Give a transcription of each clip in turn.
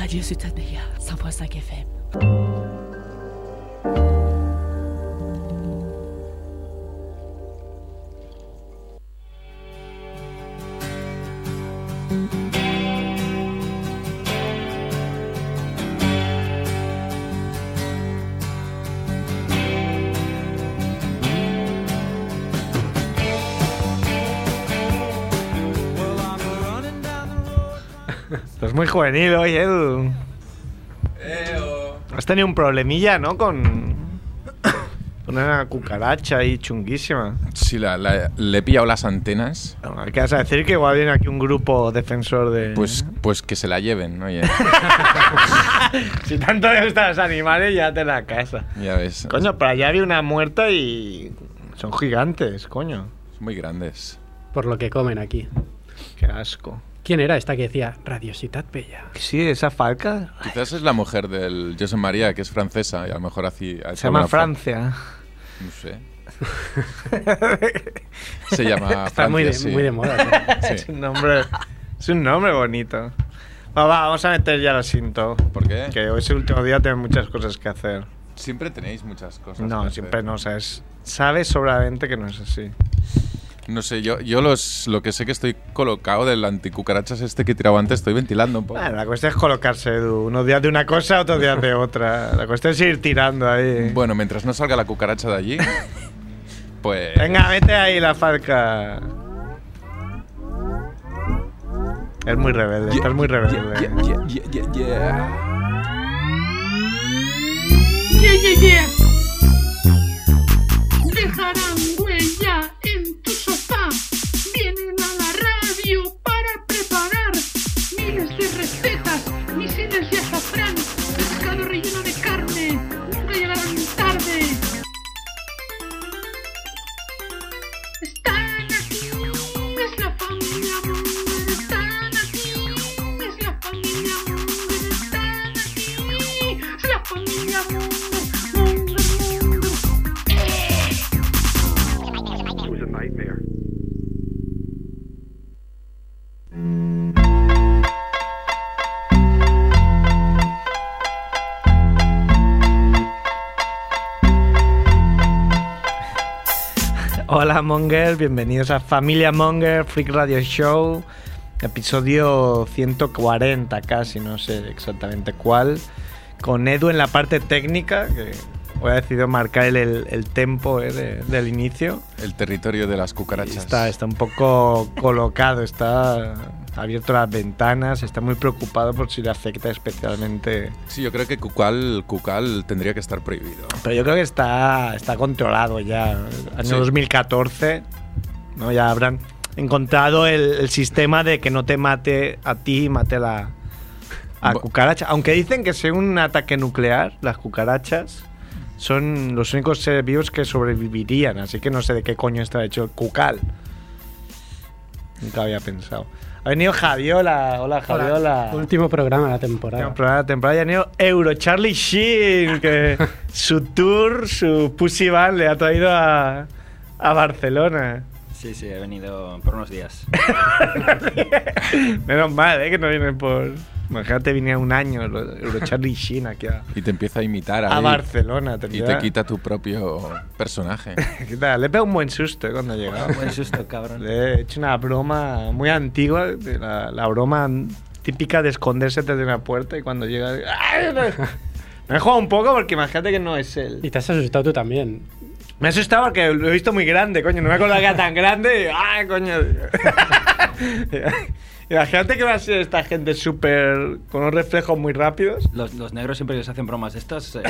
Radio Citadella, 100.5 FM. Estás muy juvenil hoy, Edu. Eh, oh. Has tenido un problemilla, ¿no? Con con una cucaracha ahí chunguísima. Sí, la- la- le he pillado las antenas. Bueno, ¿Qué vas a decir? Que igual viene aquí un grupo defensor de... Pues, pues que se la lleven, oye. Si tanto le gustan los animales, ya te la casa. Ya ves. Coño, para allá había una muerta y... Son gigantes, coño. Son muy grandes. Por lo que comen aquí. Qué asco. ¿Quién era esta que decía Radiosidad Bella? Sí, esa falca Quizás es la mujer del José María, que es francesa, y a lo mejor así. se llama Francia. No sé. Se llama Francia. Está muy de, sí. muy de moda. ¿no? Sí. Es un nombre... Es un nombre bonito. Va, va, vamos a meter ya la cinto. ¿Por qué? Que hoy es el último día, tengo muchas cosas que hacer. Siempre tenéis muchas cosas. que No, hacer. siempre no, o sea, es- sabes sobradamente que no es así. No sé, yo, yo los, lo que sé que estoy colocado del anticucarachas este que tiraba antes, estoy ventilando un poco. Bueno, la cuestión es colocarse, Edu. Unos días de una cosa, otros días de otra. La cuestión es ir tirando ahí. Bueno, mientras no salga la cucaracha de allí, pues... Venga, mete ahí la falca. Es muy rebelde, Yeah, estás muy yeah, rebelde. yeah, yeah, yeah, yeah. Yeah, yeah, yeah. Dejarán huella en tu sofá. Vienen a la radio para preparar miles de recetas, misiles de azafrán, pescado relleno de carne. Nunca llegarán tarde. Están aquí, es la familia Munger. Están aquí, es la familia Munger. Están aquí, es la familia Munger. Munger, Munger. Hola, Monger, bienvenidos a Familia Monger, Freak Radio Show. Episodio 140 casi, no sé exactamente cuál. Con Edu en la parte técnica, que hoy ha decidido marcar el, el, el tempo eh, de- del inicio. El territorio de las cucarachas. Está, está un poco colocado, está ha abierto las ventanas, está muy preocupado por si le afecta especialmente. Sí, yo creo que cucal, cucal tendría que estar prohibido. Pero yo creo que está, está controlado ya. Año Sí. 2014, ¿no? ya habrán encontrado el, el sistema de que no te mate a ti y mate a la a Bu- cucaracha. Aunque dicen que sea un ataque nuclear, las cucarachas son los únicos seres vivos que sobrevivirían. Así que no sé de qué coño está hecho el cucal. Nunca había pensado. Ha venido Javiola. Hola, Javiola. Último programa de la temporada. Temporada, temporada, ya han ido Euro Charlie Sheen, que su tour, su Pussy Van le ha traído a, a Barcelona. Sí, sí, he venido por unos días. Menos mal, ¿eh? Que no vienen por... Imagínate, viniera un año lo- Euro Charlie Sheen aquí a, Y te empieza a imitar a ahí, Barcelona. Y tendría- te quita tu propio personaje. ¿Qué tal? Le he pegado un buen susto eh, cuando ha llegado. Buen susto, cabrón. Le he hecho una broma muy antigua, de la, la broma típica de esconderse detrás de una puerta y cuando llega... ¡ay! Me he jugado un poco porque imagínate que no es él. Y te has asustado tú también. Me asustaba porque lo he visto muy grande, coño. No me acordaba que era tan grande. ¡Ah, coño! Imagínate que va a ser esta gente súper. con unos reflejos muy rápidos. Los, los negros siempre les hacen bromas de estas. eh,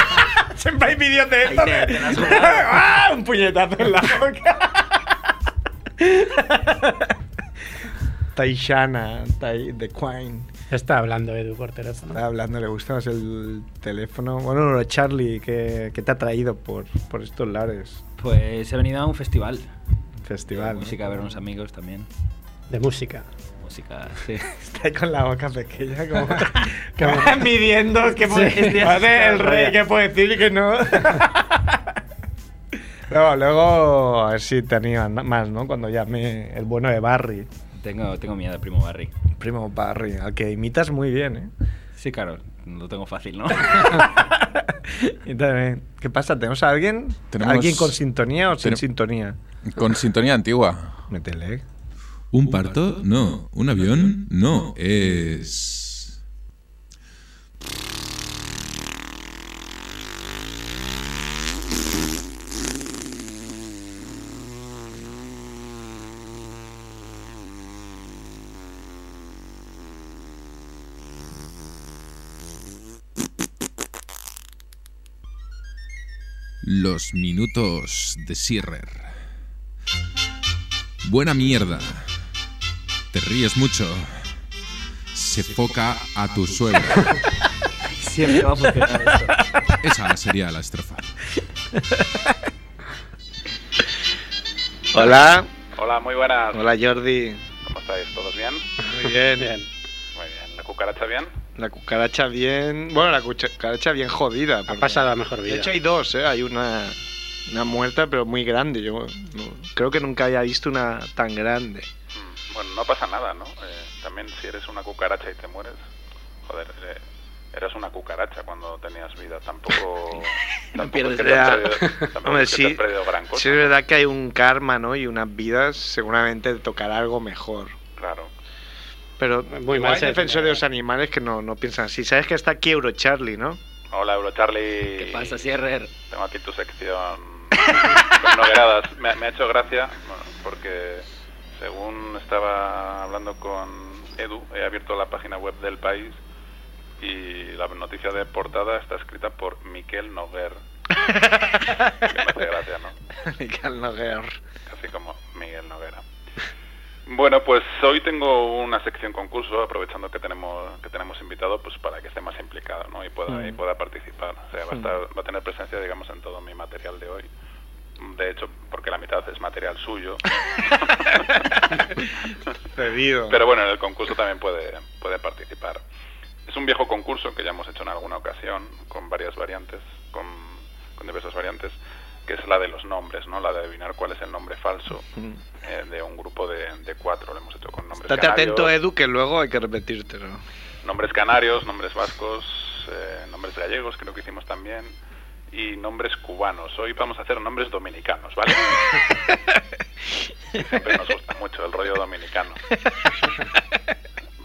Siempre hay vídeos de esto. Ahí te- te la has jugado. ¡Ah! Un puñetazo en la boca. Taishana, Tai- The Queen. Está hablando Edu por teléfono. Estaba hablando, le gusta más el teléfono. Bueno, lo de Charlie, ¿qué, qué te ha traído por, por estos lares? pues he venido a un festival. Festival. ¿no? música, a ver unos amigos también. De música. Música, sí. Está con la boca pequeña, como, como midiendo este qué puede Sí. Parece el rey que puede decir y que no. luego, luego, a ver si te animan más, ¿no? Cuando llame el bueno de Barry, Tengo, tengo miedo, primo Barry. primo Barry, al que imitas muy bien, ¿eh? Sí, claro, lo tengo fácil, ¿no? Y también- ¿Qué pasa? ¿Tenemos a alguien? Tenemos- ¿Alguien con sintonía o sin Tenem- sintonía? Con sintonía antigua. Métele. ¿Un parto? No. ¿Un avión? No. Es... Los minutos de Sirrer. Buena mierda. Te ríes mucho. Se foca a tu suegra. Siempre va a funcionar esto. Esa sería la estrofa. Hola. Hola, muy buenas. Hola Jordi. ¿Cómo estáis? ¿Todos bien? Muy bien. Bien. Muy bien. ¿La cucaracha bien? La cucaracha bien. Bueno, la cucha- cucaracha bien jodida. Ha porque- pasado a mejor De vida. hecho, hay dos, ¿eh? Hay una, una muerta, pero muy grande. Yo no- creo que nunca había visto una tan grande. Mm, Bueno, no pasa nada, ¿no? Eh, también si eres una cucaracha y te mueres, joder, eh, eras una cucaracha cuando tenías vida. Tampoco, tampoco es que pierdes te la- has perdido, tampoco Hombre, es que te sí. has perdido gran cosa. Sí, es verdad que hay un karma, ¿no? Y unas vidas, seguramente te tocará algo mejor. Claro. Pero Muy igual mal hay ser, defensores de eh. los animales que no, no piensan así. Sabes que está aquí Eurocharlie, ¿no? Hola, Eurocharlie. ¿Qué pasa, Sierrer? Tengo aquí tu sección con nogueradas. Me, ha- me ha hecho gracia bueno, porque según estaba hablando con Edu, he abierto la página web del país y la noticia de portada está escrita por Miquel Noguer. Que me hace gracia, ¿no? Miguel Noguer. Así como Miguel Noguera. Bueno, pues hoy tengo una sección concurso, aprovechando que tenemos que tenemos invitado, pues para que esté más implicado, ¿no? Y pueda y pueda participar. O sea, va a, estar- va a tener presencia, digamos, en todo mi material de hoy. De hecho, porque la mitad es material suyo. Pedido. Pero bueno, en el concurso también puede, puede participar. Es un viejo concurso que ya hemos hecho en alguna ocasión, con varias variantes, con, con diversas variantes, que es la de los nombres, ¿no? La de adivinar cuál es el nombre falso eh, de un grupo de, de cuatro. Lo hemos hecho con nombres Estate canarios, atento, Edu, que luego hay que repetírtelo. nombres canarios, nombres vascos, eh, nombres gallegos, creo que hicimos también, y nombres cubanos. Hoy vamos a hacer nombres dominicanos, ¿vale? Siempre nos gusta mucho el rollo dominicano.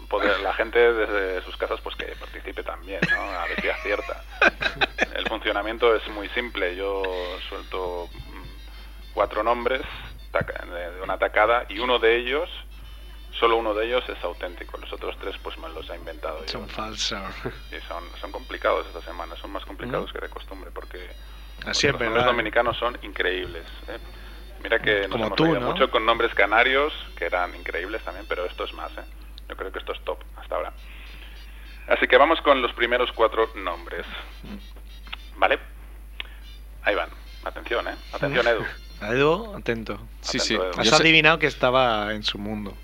Poder- la gente desde sus casas pues que participe también, ¿no? A ver si acierta. El funcionamiento es muy simple. Yo suelto mm, cuatro nombres taca- de de una tacada y uno de ellos, solo uno de ellos es auténtico. Los otros tres pues me los he inventado yo. Son falsos. Y son, son complicados esta semana, son más complicados que de costumbre porque Así los es nombres verdad. ¿eh? dominicanos son increíbles. ¿eh? Mira que nos Como hemos tú, reído ¿no? mucho con nombres canarios, que eran increíbles también, pero esto es más. ¿eh? Yo creo que esto es top hasta ahora. Así que vamos con los primeros cuatro nombres. Mm. ¿Vale? Ahí van. Atención, ¿eh? Atención, Edu. Edu, atento. Sí, sí. Atento, Edu. Has Yo sé- adivinado que estaba en su mundo.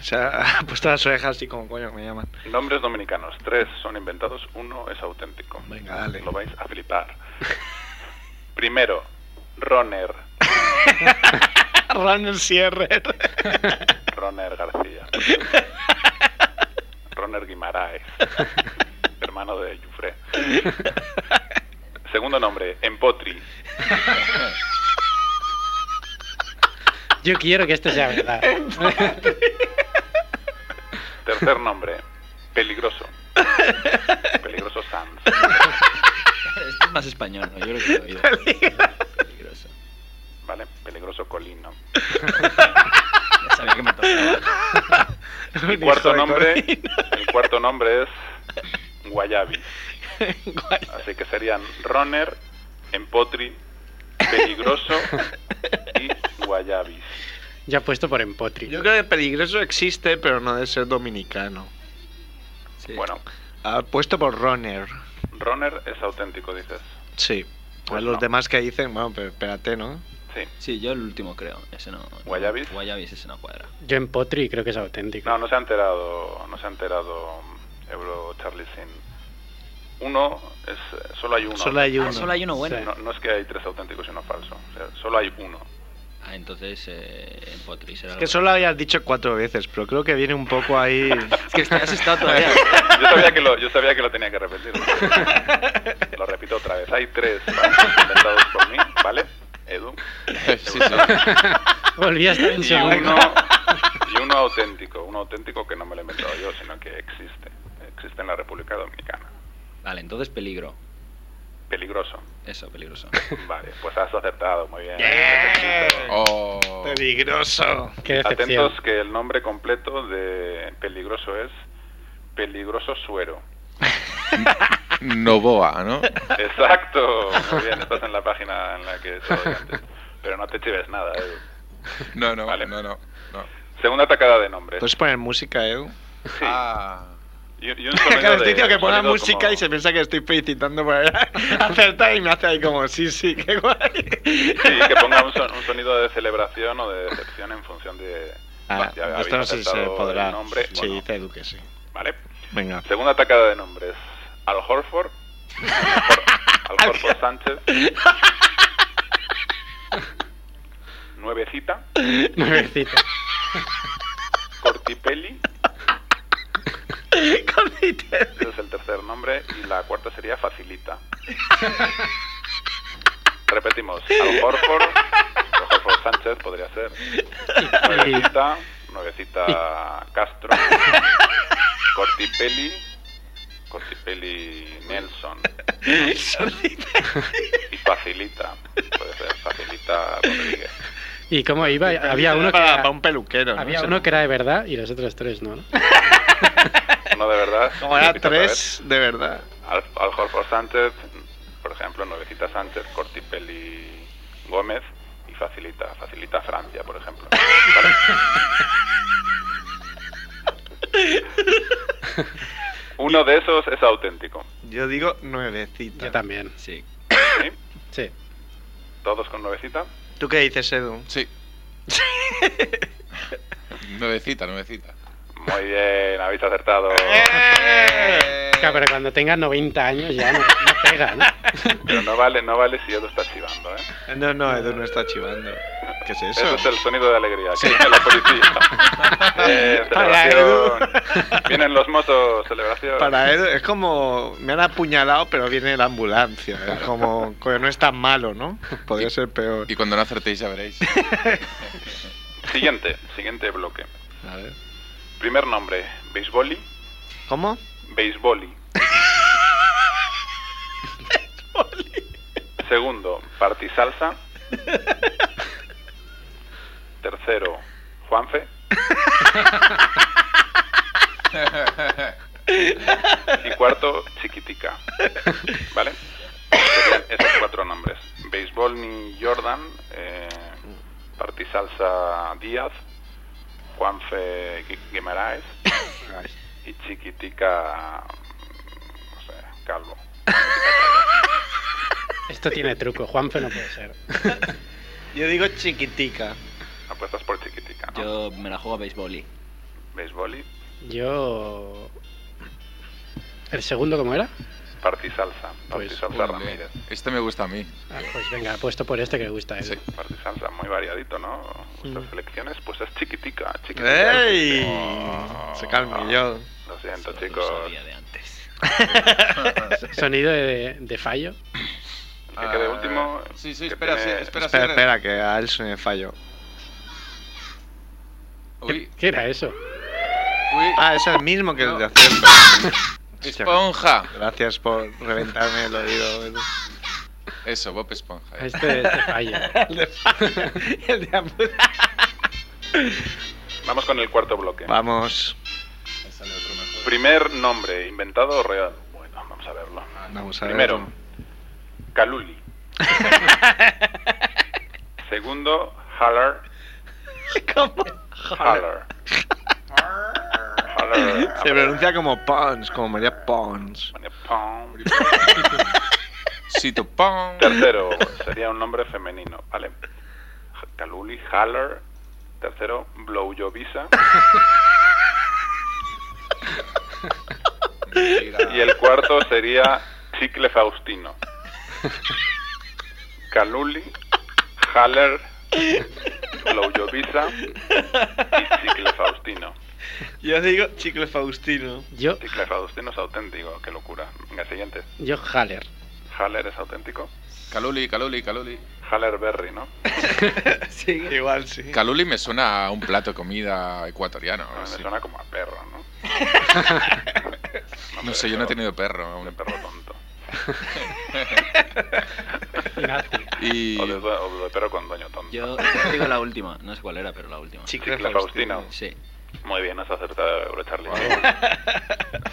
O sea, ha puesto las orejas así como coño que me llaman. Nombres dominicanos. Tres son inventados, uno es auténtico. Venga, dale. Lo vais a flipar. Primero, Roner. Ran el cierre. Roner García. Roner Guimaraes. Hermano de Jufre. Segundo nombre, Empotri. Yo quiero que esto sea verdad. Tercer nombre, Peligroso. Peligroso Sanz. Esto es más español, ¿no? Yo creo que lo he oído. Peligroso. ¿Vale? Peligroso Colino. Ya sabía que me tocaba. El cuarto nombre, el cuarto nombre es Guayabi. Así que serían Roner, Empotri, Peligroso y Guayabis. Ya puesto por empotri. Yo creo que peligroso existe, pero no debe ser dominicano. Sí. Bueno, Ha Ah, puesto por runner. Roner es auténtico, dices. Sí. Pues Pues los no. demás que dicen, bueno, pero espérate, ¿no? Sí. Sí, yo el último creo. Ese no. ¿Guayabis? Guayabis, ese no cuadra. Yo empotri creo que es auténtico. No, no se ha enterado, no se ha enterado mm, Euro Charlie Sin. Uno es, eh, solo hay uno. Solo hay uno. Ah, solo hay uno bueno. Sí. No, no es que hay tres auténticos y uno falso. O sea, solo hay uno. Ah, entonces eh, en Potri será. Que solo habías dicho cuatro veces, pero creo que viene un poco ahí. Es que estoy asustado todavía. Yo sabía que lo, yo sabía que lo tenía que repetir. ¿no? Lo repito otra vez. Hay tres fans inventados por mí, ¿vale? Edu. Sí, sí. Volví a estar en Y segundo. uno, y uno auténtico. Uno auténtico que no me lo he inventado yo, sino que existe. Existe en la República Dominicana. Vale, entonces peligro. Peligroso. Eso, peligroso. Vale, pues has acertado. Muy bien. Oh. Peligroso. Qué decepción. Atentos que el nombre completo de peligroso es peligroso suero. Novoa, ¿no? Exacto. Muy bien, estás en la página en la que estaba yo antes. Pero no te chives nada, Edu. No, no, Vale. no, no. no. Segunda atacada de nombres. Puedes poner música, Edu. Sí. Ah. Y, y un Que sonido estoy, de- tío, que un pone sonido música como- y se piensa que estoy felicitando por acertar y me hace ahí como, sí, sí, qué guay. Sí, que ponga un, son- un sonido de celebración o de decepción en función de... Ah, Bueno, ya habéis esto no sé si se acertado podrá. el nombre. Sí, Bueno, dice Edu que sí. Vale. Venga. Segunda atacada de nombres. Al Horford. Al Horford, Al Horford Sánchez. Nuevecita. Nuevecito. Cortipelli. Ese es el tercer nombre. Y la cuarta sería Facilita. Repetimos. Al Horford. Al Horford Sánchez podría ser. Nuevecita. Nuevecita Castro. Cortipelli. Cortipelli Nelson. Y Facilita. Puede ser Facilita Rodríguez. ¿Y cómo iba? Había uno que para, era, para un peluquero. ¿no? había Se- uno que era de verdad y los otros tres no. ¿no? Uno de verdad. Como era repito otra vez. tres, de verdad. Al, al Horford Sánchez, por ejemplo, Nuevecita Sánchez, Cortipelli Gómez y facilita, facilita Francia, por ejemplo. ¿Vale? Uno de esos es auténtico. Yo digo nuevecita. Yo también. Sí. ¿sí? Sí. Todos con nuevecita. ¿Tú qué dices, Edu? Sí. nuevecita, nuevecita. Muy bien, habéis acertado. Eh. Claro, pero cuando tenga 90 años ya no, no pega, ¿no? Pero no vale, no vale si yo lo está chivando, ¿eh? No, no, Edu no está chivando. ¿Qué es eso? Eso es el sonido de alegría que dice la policía. Eh, Para celebración. Vienen los mozos, celebración. Para Edu es como, me han apuñalado, pero viene la ambulancia. Es como, coño, no es tan malo, ¿no? Podría ser peor. Y cuando no acertéis ya veréis. Siguiente, siguiente bloque. A ver. Primer nombre, Beisboli. ¿Cómo? Beisboli. Segundo, Partisalsa. Tercero, Juanfe. Y cuarto, Chiquitica. ¿Vale? Serían esos cuatro nombres. Béisbol ni Jordan, eh, Partisalsa Díaz, Juanfe Gui- Guimaraes y Chiquitica, mm, no sé, Calvo. Esto tiene truco. Juanfe no puede ser. Yo digo chiquitica. Apuestas por Chiquitica, ¿no? Yo me la juego a béisbol. y- Béisbol y Yo. ¿El segundo cómo era? Partisalsa. Partisalsa Pues, Ole, Ramírez. Este me gusta a mí. Ah, pues venga, apuesto por este que le gusta a él. Sí. Partisalsa, muy variadito, ¿no? Mm. Vuestras elecciones, pues es Chiquitica. Chiquitica. ¡Ey! Oh. Se calme yo. Lo siento, Eso chicos. Lo sabía de antes. Sonido de, de fallo. El que quede último. Ah, Sí, sí, que espera, tiene- sí, espera, Espera, sí. espera, que a él se me falló. Uy, ¿Qué era eso? uy, Ah, es el mismo que el de hacer. esponja. Gracias por reventarme el oído. Edu. Eso, Bob Esponja. eh. Este, este fallo. El de el de ambulancia. Vamos con el cuarto bloque. Vamos. Primer nombre, inventado o real. Bueno, vamos a verlo. Ah, Vamos a ver. Primero, Kaluli. Segundo, Haller. ¿Cómo? Haller. Haller. Se pronuncia como Pons, como María Pons. Pong. Sito Pong. Tercero, sería un nombre femenino, ¿vale? Kaluli, Haller. Tercero, Blowyovisa. Y el cuarto sería Chicle Faustino. Caluli, Haller, Louyovisa y Chicle Faustino. Yo digo chicle Faustino. Yo, Chicle Faustino es auténtico, qué locura. Venga, siguiente. yo Haller. Haller es auténtico. Caluli, Caluli, Caluli. Haller Berry, ¿no? Sí, igual sí. Caluli me suena a un plato de comida ecuatoriano. A mí sí. Ah, Me suena como a perro, ¿no? No sé, yo no he tenido perro aún. Un perro tonto. Ignacio. Y O de, o de perro con dueño tonto. Yo yo digo la última, no sé cuál era, pero la última. Chicle Faustino. Sí. Muy bien, has acertado, Eurocharlie.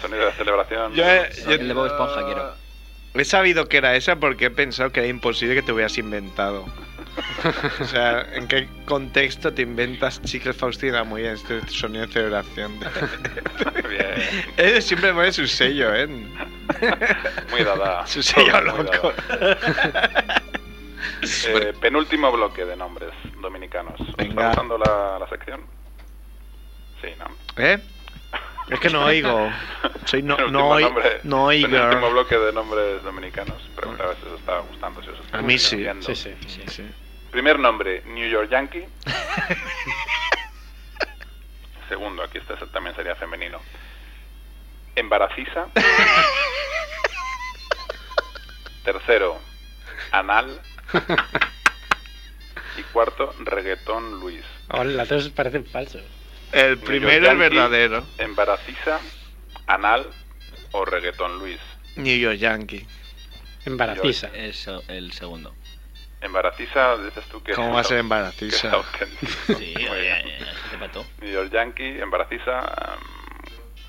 Sonido de celebración. Yo he- yo- El de Bob Esponja quiero. He sabido que era esa porque he pensado que era imposible que te hubieras inventado. o sea, ¿en qué contexto te inventas chicle Faustina? Muy bien, este sonido de celebración. Bien. Él siempre pone su sello, ¿eh? Muy dada. Su Muy sello dada. loco. Eh, penúltimo bloque de nombres dominicanos. ¿Os ¿Está Venga. usando la, la sección? Sí, ¿no? ¿Eh? Es que no oigo. Soy no, no, Penúltimo oi- nombre- no Penúltimo oigo. bloque de nombres dominicanos. Preguntaba si os estaba gustando, si os estaba A mí sí, gustando. Sí, sí. Sí. Primer nombre, New York Yankee. Segundo, aquí este también sería femenino. Embaraciza. Tercero, anal. Y cuarto, reggaetón Luis. Ahora las dos parecen falsos. El New primero York es Yankee, verdadero. Embaraciza, anal o reggaetón Luis. New York Yankee. Embaraciza. Es el segundo. Embaraciza, dices tú que ¿Cómo es va a ser que es embaraciza? auténtico. Sí, Muy oye, bien. oye, se pató. New York Yankee, embaraciza,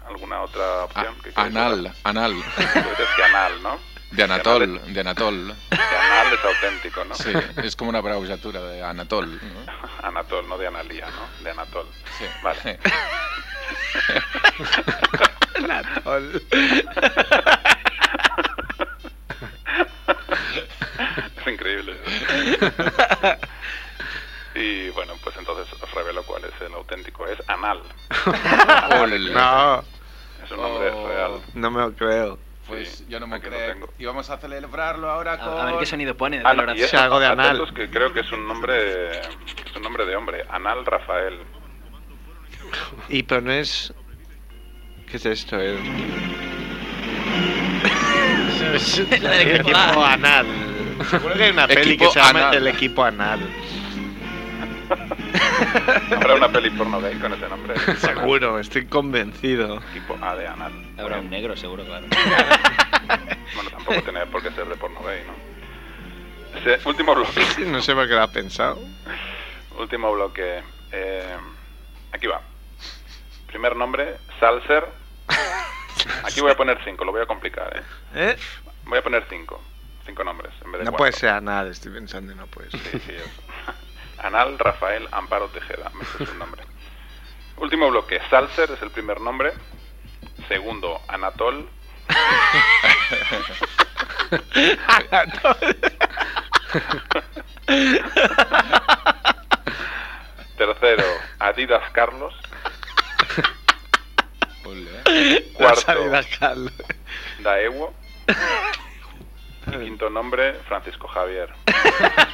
mm, alguna otra opción Ah. que a- anal, anal. Dices que anal, ¿no? De Anatol, de Anatol. Que anal es auténtico, ¿no? Sí, es como una abreviatura de Anatol. ¿no? Anatol, no de analía, ¿no? De Anatol. Sí. Vale. Es increíble. Y bueno, pues entonces os revelo cuál es el auténtico. Es anal. Ol. No, Es un nombre Oh. real. no me lo creo. Pues Sí, yo no me aquí lo creo. tengo. Y vamos a celebrarlo ahora con. A, a ver qué sonido pone de Ah, no, y celebración. es- algo de anal. atentos que creo que es un nombre es un nombre de hombre. Anal Rafael. Y pero no es. ¿Qué es esto? El La del el equipo equipo A. anal. Seguro que hay una peli Equipo que se llama anal. El equipo anal. Habrá una peli porno gay con ese nombre. Seguro, estoy convencido. Tipo A de anal. Habrá un negro, seguro, claro. Bueno, tampoco tiene por qué ser de porno gay, ¿no? Se- último bloque. No sé por qué lo has pensado. Último bloque. Eh, aquí va. Primer nombre, Salser. Aquí voy a poner cinco, lo voy a complicar, ¿eh? ¿Eh? Voy a poner cinco. Cinco nombres en vez de No cuatro. puede ser anal, estoy pensando y no puede ser. Sí, sí, es. Anal Rafael Amparo Tejeda, ese es su nombre. Último bloque, Salser es el primer nombre. Segundo, Anatol. Tercero, Adidas Carlos. Cuarto, eh. Salida Carlos. Daewo. Y quinto nombre, Francisco Javier.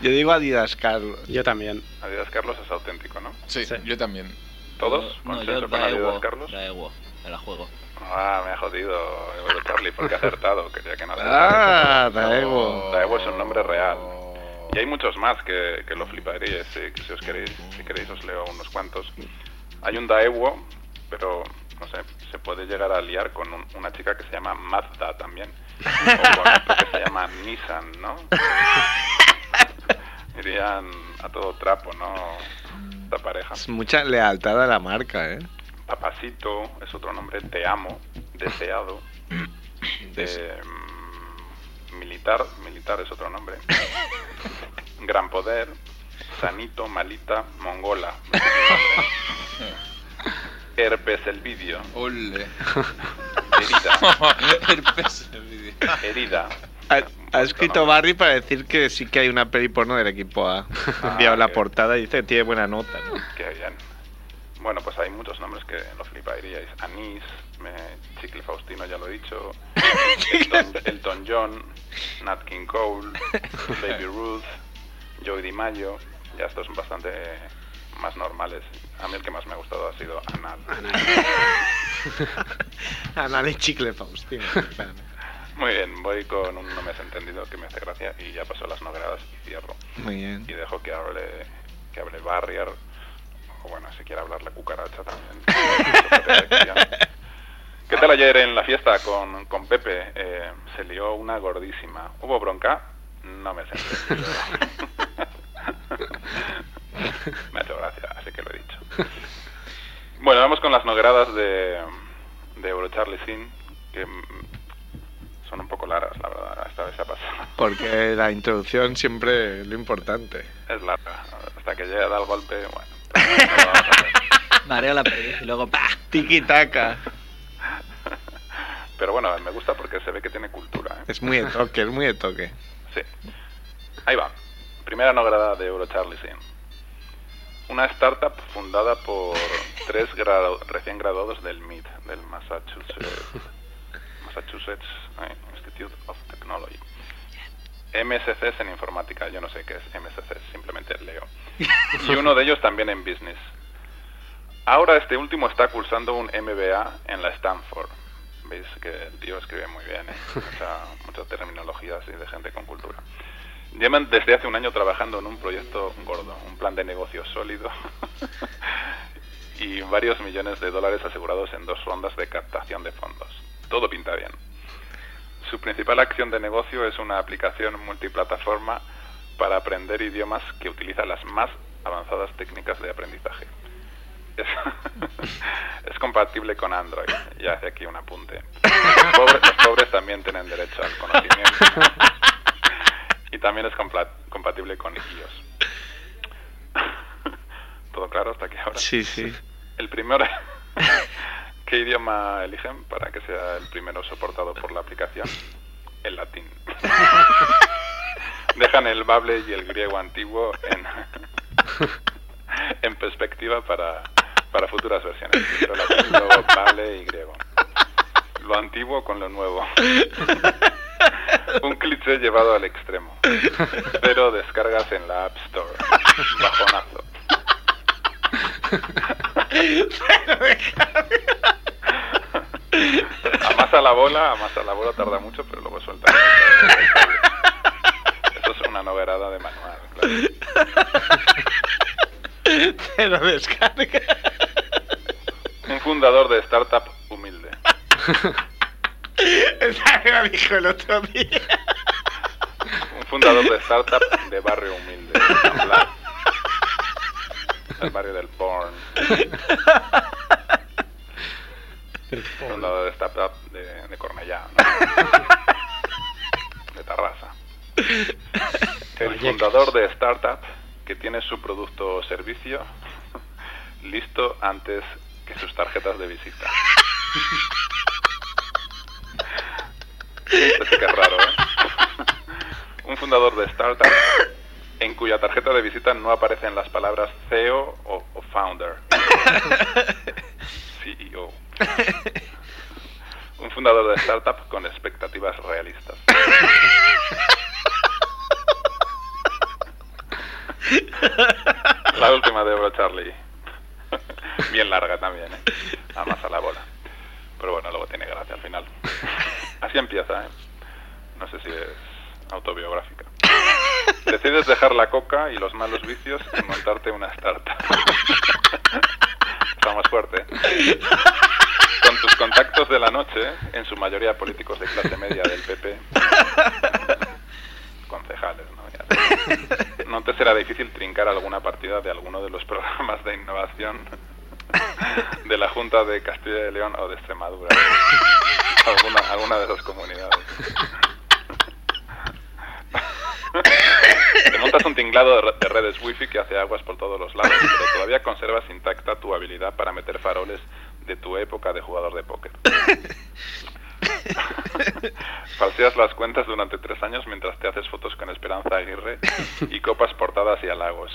Yo digo Adidas Carlos. Yo también. Adidas Carlos es auténtico, ¿no? Sí, Sí. yo también. ¿Todos? No, ¿Consenso yo con da Adidas Ewo. Carlos? Da Ewo, me la juego. Ah, me ha jodido Evo Charlie porque ha acertado, quería que no acertara. Ah, Daewo. Daewo es un nombre real. Y hay muchos más que, que lo fliparíais, si, que si os queréis, si queréis os leo unos cuantos. Hay un Daewo, pero no sé, se puede llegar a liar con un- una chica que se llama Mazda también. O con otro que se llama Nissan, ¿no? Irían a todo trapo, ¿no? Esta pareja. Es mucha lealtad a la marca, ¿eh? Papacito es otro nombre, te amo, deseado. De, mm, militar, militar es otro nombre. Gran poder, sanito, malita, mongola. Herpes el vídeo, Ole. herida, Herpes en el vídeo. herida. Ha, ha escrito Barry para decir que sí que hay una peli porno del equipo A. Ha enviado la qué- portada y dice que tiene buena nota. ¿no? Que bien. Bueno, pues hay muchos nombres que lo fliparíais. Anís, eh, Chicle Faustino, ya lo he dicho. Elton, Elton John, Nat King Cole, Baby Ruth, Joey DiMaggio. Ya estos son bastante más normales A mí el que más me ha gustado ha sido Anal. Anal y chicle Faustino. Espérame. Muy bien, voy con un no me has entendido que me hace gracia y ya paso las novedades y cierro. Muy bien. Y dejo que hable, que hable Barrier, o bueno, si quiere hablar la cucaracha también. ¿Qué tal ayer en la fiesta con, con Pepe? Eh, se lió una gordísima. ¿Hubo bronca? No me has entendido. me ha hecho gracia, así que lo he dicho. Bueno, vamos con las nogradas de, de Eurocharlie Sin, que mm, son un poco largas, la verdad. Esta vez se ha pasado. Porque la introducción siempre es lo importante. Es larga. Hasta que llega, da el golpe, bueno. pero no lo vamos a hacer. Mareo la perdiz y luego Ah, ¡pah! Tiki taka. Pero bueno, me gusta porque se ve que tiene cultura. ¿eh? Es muy de toque, es muy de toque. Sí. Ahí va. Primera nograda de Eurocharlie Sin. Una startup fundada por tres grado- recién graduados del MIT, del Massachusetts, Massachusetts eh, Institute of Technology. MSCs en informática, yo no sé qué es MSCs, simplemente leo. Y uno de ellos también en business. Ahora este último está cursando un MBA en la Stanford. Veis que el tío escribe muy bien, ¿eh? mucha, mucha terminología así de gente con cultura. Llevan desde hace un año trabajando en un proyecto gordo, un plan de negocio sólido y varios millones de dólares asegurados en dos rondas de captación de fondos. Todo pinta bien. Su principal acción de negocio es una aplicación multiplataforma para aprender idiomas que utiliza las más avanzadas técnicas de aprendizaje. Es, es compatible con Android. Ya hace aquí un apunte. Los pobres, los pobres también tienen derecho al conocimiento y también es compla- compatible con iOS. ¿Todo claro hasta aquí ahora? Sí, sí. El primero. ¿Qué idioma eligen para que sea el primero soportado por la aplicación? El latín. Dejan el bable y el griego antiguo en, en perspectiva para, para futuras versiones. Primero latín, luego bable y griego. Lo antiguo con lo nuevo. Un cliché llevado al extremo. Cero descargas en la App Store. Bajonazo. Amasa la bola, amasa la bola tarda mucho, pero luego suelta. Eso es una novedad de manual. claro. Pero descarga. Un fundador de startup humilde. Esa me dijo el otro día. Un fundador de startup de barrio humilde. Habla. El barrio del porn. Fundador de startup de, de Cornellá. ¿no? De Tarrasa. El fundador de startup que tiene su producto o servicio listo antes que sus tarjetas de visita. Esto sí que es raro, ¿eh? Un fundador de startup en cuya tarjeta de visita no aparecen las palabras CEO o, o founder. CEO. Un fundador de startup con expectativas realistas. La última de Euro Charlie. Bien larga también, ¿eh? Amasa la bola. Pero bueno, luego tiene gracia al final. Así empieza, ¿eh? No sé si es autobiográfica. Decides dejar la coca y los malos vicios y montarte una startup. Está más fuerte. ¿eh? Con tus contactos de la noche, en su mayoría políticos de clase media del PP, concejales, ¿no? Ya. No te será difícil trincar alguna partida de alguno de los programas de innovación de la Junta de Castilla y León o de Extremadura. Alguna, alguna de esas comunidades. Te montas un tinglado de re- de redes wifi que hace aguas por todos los lados, pero todavía conservas intacta tu habilidad para meter faroles de tu época de jugador de póker. Falseas las cuentas durante tres años mientras te haces fotos con Esperanza Aguirre y copas portadas y halagos.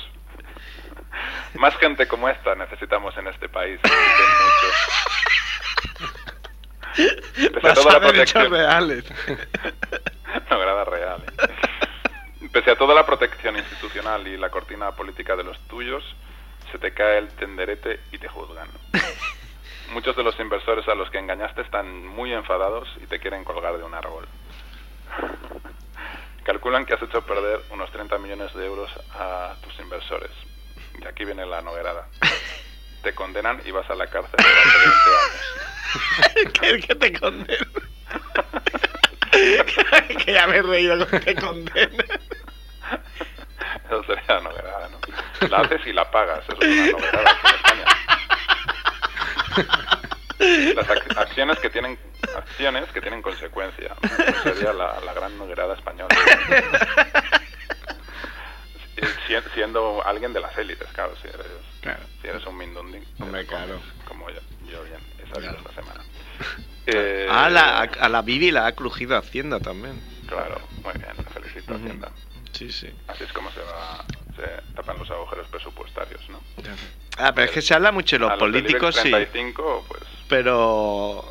Más gente como esta necesitamos en este país. Existen muchos. Pese a toda la Basado en hechos protección- reales. Nograda real. ¿eh? Pese a toda la protección institucional y la cortina política de los tuyos, se te cae el tenderete y te juzgan. Muchos de los inversores a los que engañaste están muy enfadados y te quieren colgar de un árbol. Calculan que has hecho perder unos 30 millones de euros a tus inversores. Y aquí viene la novedad. Te condenan y vas a la cárcel durante 20 años. que, que te condena. que ya me he reído con que condena. Eso sería la novedad, ¿no? La haces y la pagas. Eso es una novedad aquí en España. Las ac- acciones que tienen acciones que tienen consecuencia. Eso sería la, la gran novedad española. Si- si- Siendo alguien de las élites, claro, si eres, si eres un mindundi. Hombre, claro. Como yo, yo bien, he salido esta semana. Eh, Ah, la, a la Bibi la ha crujido Hacienda también. Claro, muy bien, felicito Ujú. Hacienda. Sí, sí. Así es como se va, se tapan los agujeros presupuestarios, ¿no? Ah, pero es que se habla mucho de los A políticos, niveles sí. 35, pues... Pero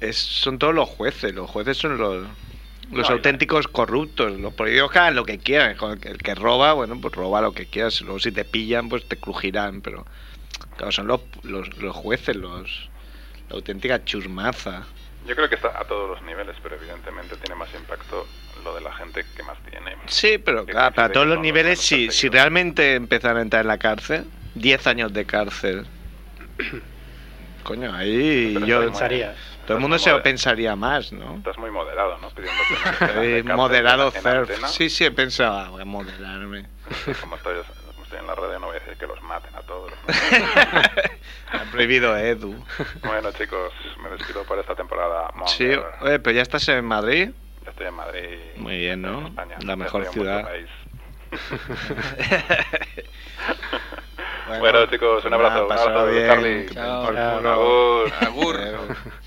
es- son todos los jueces. Los jueces son los, los No, auténticos corruptos. Los políticos que hagan lo que quieran. con- El que roba, bueno, pues roba lo que quieras. Luego si te pillan, pues te crujirán. Pero claro, son los, los, los jueces, los la auténtica chusmaza. Yo creo que está a todos los niveles, pero evidentemente tiene más impacto lo de la gente que más tiene. Sí, pero Que claro, coincide para todos con los los niveles, más si, si perseguidos. realmente empezaran a entrar en la cárcel, 10 años de cárcel. Coño, ahí Pero yo... estás muy- pensarías. Todo el mundo estás se muy lo moder- pensaría más, ¿no? Estás muy moderado, ¿no? Pidiendo que no te den la Eh, cárcel moderado en surf. antena. Sí, sí, he pensado, ah, voy a moderarme. Como estoy, como estoy en la radio no voy a decir que los maten a todos. Ha prohibido Edu. bueno, chicos, me despido por esta temporada. Monger. Sí, oye, pero ya estás en Madrid. Yo estoy en Madrid. Muy bien, ¿no? en España. La Yo mejor estoy en vuestro ciudad. país. Bueno, chicos, un Ah, abrazo, un pásalo abrazo, bien. Charlie. que Chao, por culo. chao. Agur. Agur. Adiós.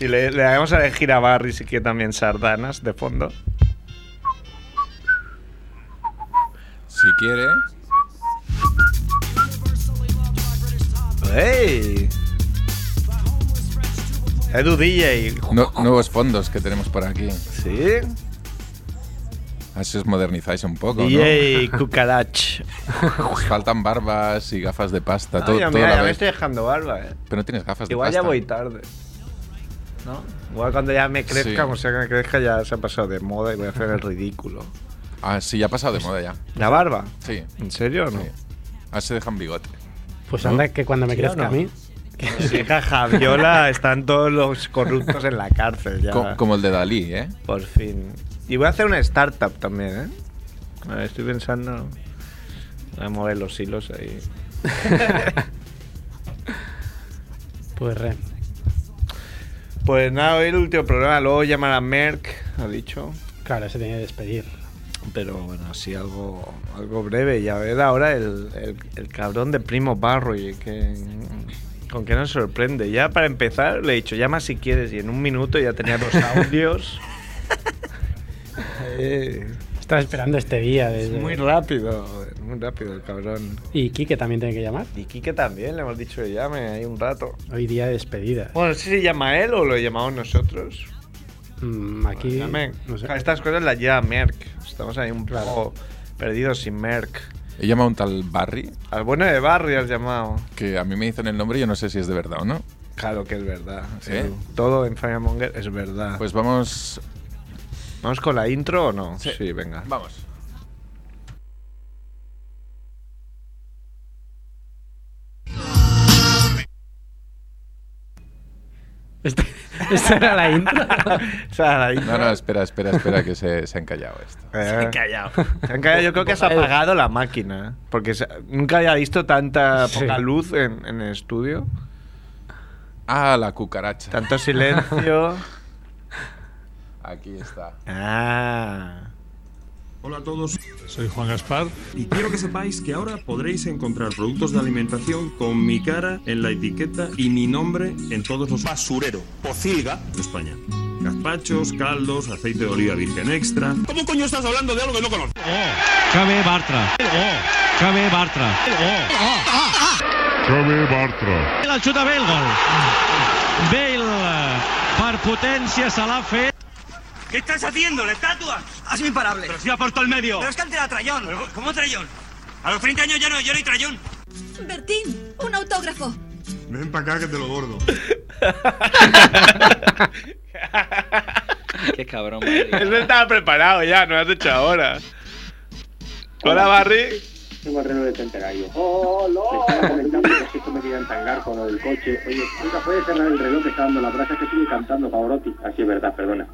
Y le, le damos a elegir a Barry si quiere también sardanas de fondo. Si quiere, ¡Ey! Edu DJ. no- nuevos fondos que tenemos por aquí. ¿Sí? Así os modernizáis un poco, ¿no? DJ Cucarach. Os Faltan barbas y gafas de pasta, Ah, todo, ya, todo mira, a la ya me vez. estoy dejando barba, eh. Pero no tienes gafas Igual de pasta. ya voy tarde. ¿No? Igual cuando ya me crezca, Sí. como sea que me crezca, ya se ha pasado de moda y voy a hacer el ridículo. Ah, sí, ya ha pasado de Pues moda ya. ¿La barba? Sí. ¿En serio o no? sí. Ah, se dejan bigote. Pues anda, que cuando me ¿Sí crezca o no? Pues a mí. Sí, Javiola, están todos los corruptos en la cárcel ya. Co- como el de Dalí, ¿eh? Por fin. Y voy a hacer una startup también, ¿eh? A ver, estoy pensando. Voy a mover los hilos ahí. Pues re. Pues nada, hoy el último programa. Luego llamar a Merck, ha dicho. Claro, se tenía que despedir. Pero bueno, así algo, algo breve. Y a ver ahora el, el- el cabrón de Primo Barroy, que, con qué nos sorprende. Ya para empezar le he dicho, llama si quieres. Y en un minuto ya tenía dos audios. Eh, Estaba esperando este día. es Desde... muy rápido, muy rápido el cabrón. y Quique también tiene que llamar. Y Quique también, le hemos dicho que llame ahí un rato. Hoy día de despedida. Bueno, no sé si llama él o lo llamamos nosotros. Mm, aquí. Llame. No sé. Estas cosas las lleva Merck. Estamos ahí un poco perdidos sin Merck. He llamado a un tal Barry, Al bueno de Barry has llamado. que a mí me dicen el nombre y yo no sé si es de verdad o no. Claro que es verdad. ¿Sí? Edu. Todo en Firemonger es verdad. Pues vamos... ¿Vamos con la intro o no? Sí. venga. Vamos. Esta, esta era la intro. O sea, la intro. No, no, espera, espera, espera, que se, se han callado esto. Eh. Se han callado. Yo creo que se ha apagado la máquina. ¿eh? Porque se- nunca había visto tanta Sí. poca luz en, en el estudio. Ah, la cucaracha. Tanto silencio. Aquí está. ah. Hola a todos, soy Juan Gaspar y quiero que sepáis que ahora podréis encontrar productos de alimentación con mi cara en la etiqueta y mi nombre en todos los basurero, pociga de España. Gazpachos, caldos, aceite de oliva virgen extra. ¿Cómo coño estás hablando de algo que no conozco? Cabe Bartra. Oh, cabe Bartra. Oh, Cabe Bartra. La chuta bé el gol. Bale, eh, per potència se l'ha fet. ¿Qué estás haciendo, la estatua? Hazme Ah, imparable. Pero si ha puesto el medio. Pero es que antes era Trayón. ¿Cómo Trayón? A los 30 años ya no, yo no hay Trayón. Bertín, un autógrafo. Ven para acá que te lo gordo. Qué cabrón, Eso estaba preparado ya, no lo has hecho ahora. Hola, Barry. Tengo arreglo de temperamento. ¡Oh, no! Me estaba comentando que esto me quería entangar con lo del coche. Oye, nunca puedes cerrar el reloj que está dando la brasa que sigue cantando Pavarotti. Así es verdad, perdona.